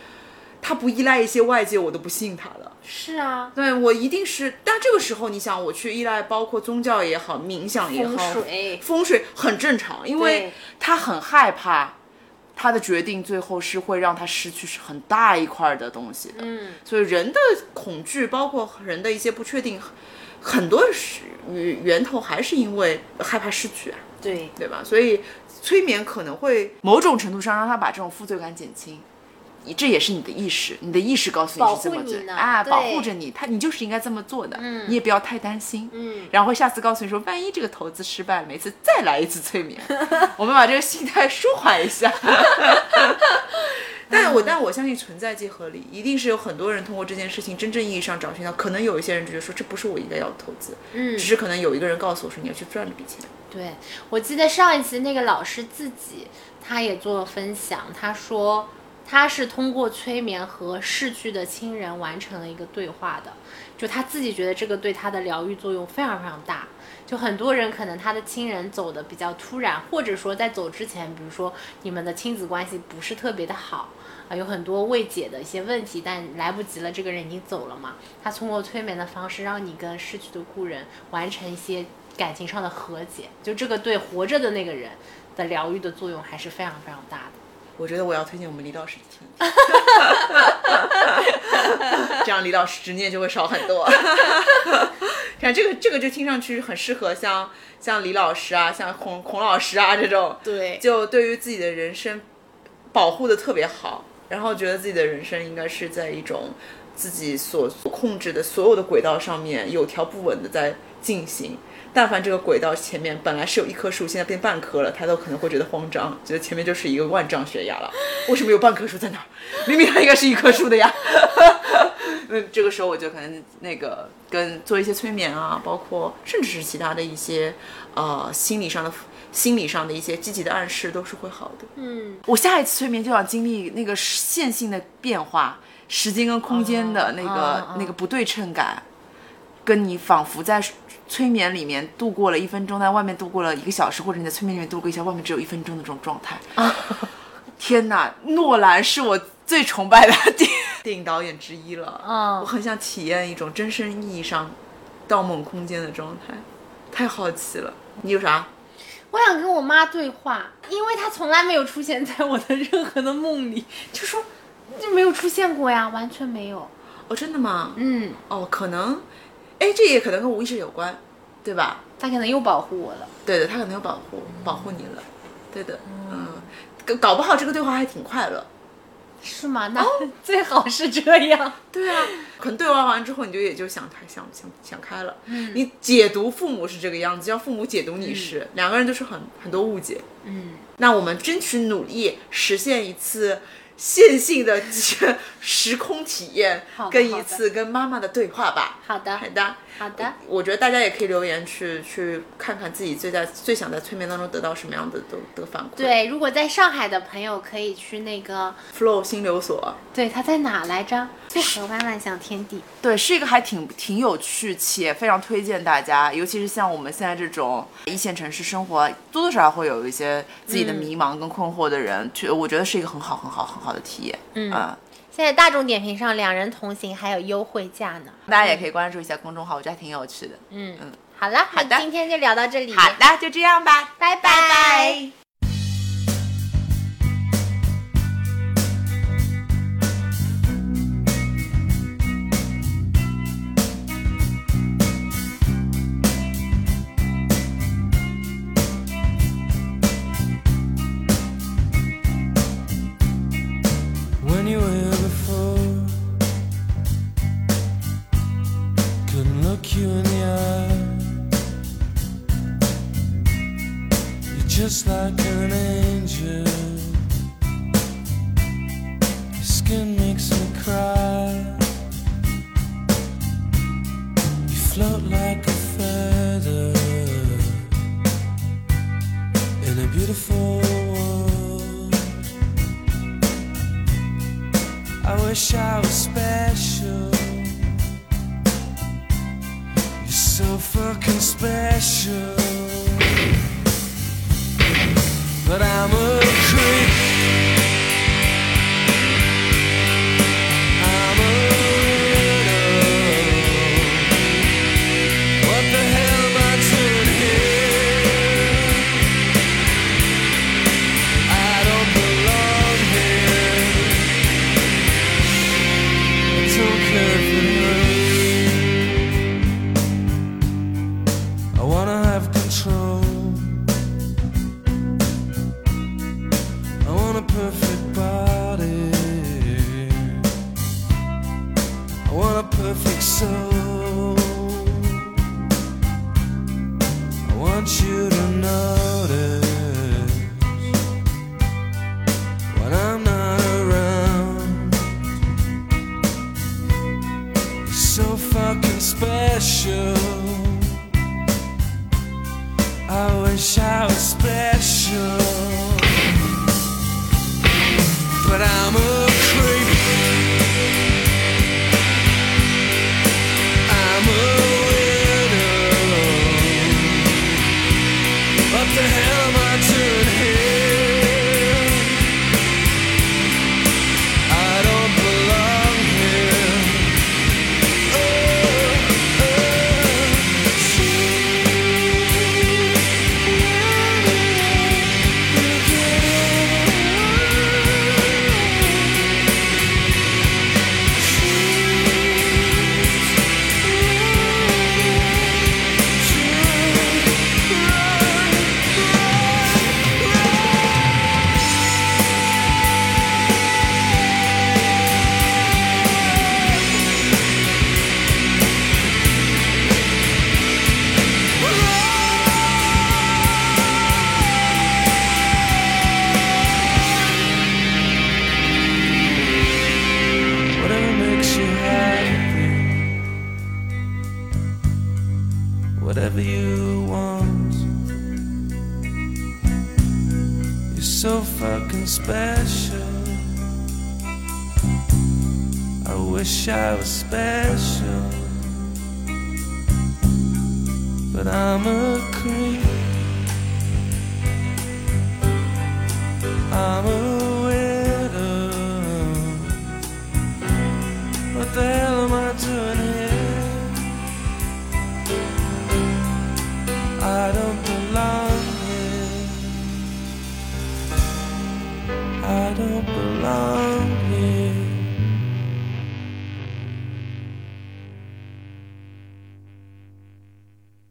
Speaker 2: 他不依赖一些外界，我都不信他了。
Speaker 1: 是啊，
Speaker 2: 对我一定是，但这个时候你想，我去依赖包括宗教也好，冥想也好，
Speaker 1: 风水
Speaker 2: 风水很正常，因为
Speaker 1: 对
Speaker 5: 他很害怕，他的决定最后是会让他失去很大一块的东西的。嗯，所以人的
Speaker 2: 恐惧，包括人的一些不确定，很多是源源头还是因为害怕失去啊，
Speaker 1: 对
Speaker 2: 对吧？所以催眠可能会
Speaker 5: 某种程度上让他把这种负罪感减轻。你这也是你的意识，你的意识告诉
Speaker 1: 保
Speaker 5: 你
Speaker 1: 护
Speaker 5: 是这么做
Speaker 1: 你呢
Speaker 5: 啊，保
Speaker 1: 对
Speaker 5: 护着你，他你就是应该这么做的，你也不要太担心，
Speaker 1: 嗯
Speaker 5: 然后下次告诉你说，万一这个投资失败了，每次再来一次催眠，我们把这个心态舒缓一下。
Speaker 2: [LAUGHS] 但我但我相信存在即合理，一定是有很多人通过这件事情真正意义上找寻到，可能有一些人就觉得说这不是我应该要的投资，嗯，只是可能有一个人告诉我说你要去赚这笔钱，
Speaker 1: 对，我记得上一期那个老师自己他也做了分享，他说他是通过催眠和逝去的亲人完成了一个对话的，就他自己觉得这个对他的疗愈作用非常非常大。就很多人可能他的亲人走的比较突然，或者说在走之前，比如说你们的亲子关系不是特别的好啊，有很多未解的一些问题，但来不及了，这个人已经走了嘛。他通过催眠的方式，让你跟逝去的故人完成一些感情上的和解，就这个对活着的那个人的疗愈的作用还是非常非常大的。
Speaker 2: 我觉得我要推荐我们李老师听 [LAUGHS] 一听，这样李老师执念就会少很多。看这个这个就听上去很适合像像李老师啊，像孔孔老师啊这种，
Speaker 1: 对
Speaker 2: 就对于自己的人生保护的特别好，然后觉得自己的人生应该是在一种自己所所控制的所有的轨道上面有条不紊的在进行。但凡这个轨道前面本来是有一棵树，现在变半棵了，他都可能会觉得慌张，觉得前面就是一个万丈悬崖了。为什么有半棵树在那儿？明明它应该是一棵树的呀。那这个时候我就可能那个跟做一些催眠啊，包括甚至是其他的一些呃心理上的心理上的一些积极的暗示，都是会好的。
Speaker 1: 嗯，
Speaker 6: 我下一次催眠就想经历那个线性的变化，时间跟空间的那个、
Speaker 1: 哦哦
Speaker 6: 那个不对称感，跟你仿佛在催眠里面度过了一分钟，在外面度过了一个小时，或者你在催眠里面度过一下，外面只有一分钟的这种状态。
Speaker 2: 哦
Speaker 6: 天哪，诺兰是我最崇拜的电影。
Speaker 2: [LAUGHS] 电影导演之一了，
Speaker 1: 嗯
Speaker 2: 我很想体验一种真正意义上《盗梦空间》的状态，太好奇了。你有啥？
Speaker 1: 我想跟我妈对话，因为她从来没有出现在我的任何的梦里，就说就没有出现过呀，完全没有。
Speaker 2: 哦，真的吗？
Speaker 1: 嗯，
Speaker 2: 哦，可能，哎，这也可能跟无意识有关，对吧？
Speaker 1: 她可能又保护我了。
Speaker 2: 对的，他可能有保护保护你了，对的，嗯，搞搞不好这个对话还挺快乐。
Speaker 1: 是吗？那 [LAUGHS] 最好是这样。
Speaker 2: 对啊，可能对话完之后，你就也就想开想想想开了。嗯，你解读父母是这个样子，要父母解读你是、两个人就是很很多误解。
Speaker 1: 嗯，
Speaker 2: 那我们争取努力实现一次线性的 [LAUGHS] 时空体验
Speaker 1: 好的，
Speaker 2: 跟
Speaker 1: 好
Speaker 2: 一
Speaker 1: 的
Speaker 2: 次跟妈妈的对话吧。
Speaker 1: 好的
Speaker 2: 好的，
Speaker 1: 好的，
Speaker 2: 我觉得大家也可以留言去去看看自己最在最想在催眠当中得到什么样的的的反馈。
Speaker 1: 对，如果在上海的朋友可以去那个，
Speaker 2: ，Flow 心流所，
Speaker 1: 对，它在哪来着？ [LAUGHS] 在河湾万象天地。
Speaker 6: 对，是一个还挺挺有趣，且非常推荐大家，尤其是像我们现在这种一线城市生活，多多少少会有一些自己
Speaker 2: 嗯
Speaker 6: 的迷茫跟困惑的人，去、我觉得是一个很好、很好、很好的体验。嗯
Speaker 1: 现在大众点评上两人同行还有优惠价呢。
Speaker 6: 大家也可以关注一下公众号，我觉得还挺有趣的。
Speaker 1: 嗯
Speaker 6: 嗯
Speaker 1: 好了，
Speaker 6: 好的
Speaker 1: 那今天就聊到这里。
Speaker 6: 好的，就这样吧，
Speaker 1: 拜
Speaker 6: 拜拜
Speaker 7: when you were here before. Couldn't look you in the eye. You're just like an angel. Your skin makes me cry. You float like a feather in a beautiful world. I wish I was special. You're so fucking special. But I'm a creep. I'm a weirdo. What the hell am I doing here? I don't belong here. I don't care if it hurts. I wanna have control. I was special. But I'm a creep. I'm a widow. What the hell am I doing here? I don't belong here. Oh, oh. Whatever makes you happy. Whatever you want. You're so fucking special. I wish I was special. But I'm a creep. I'm a widow. What the hell am I doing here? I don't belong here. I don't belong here.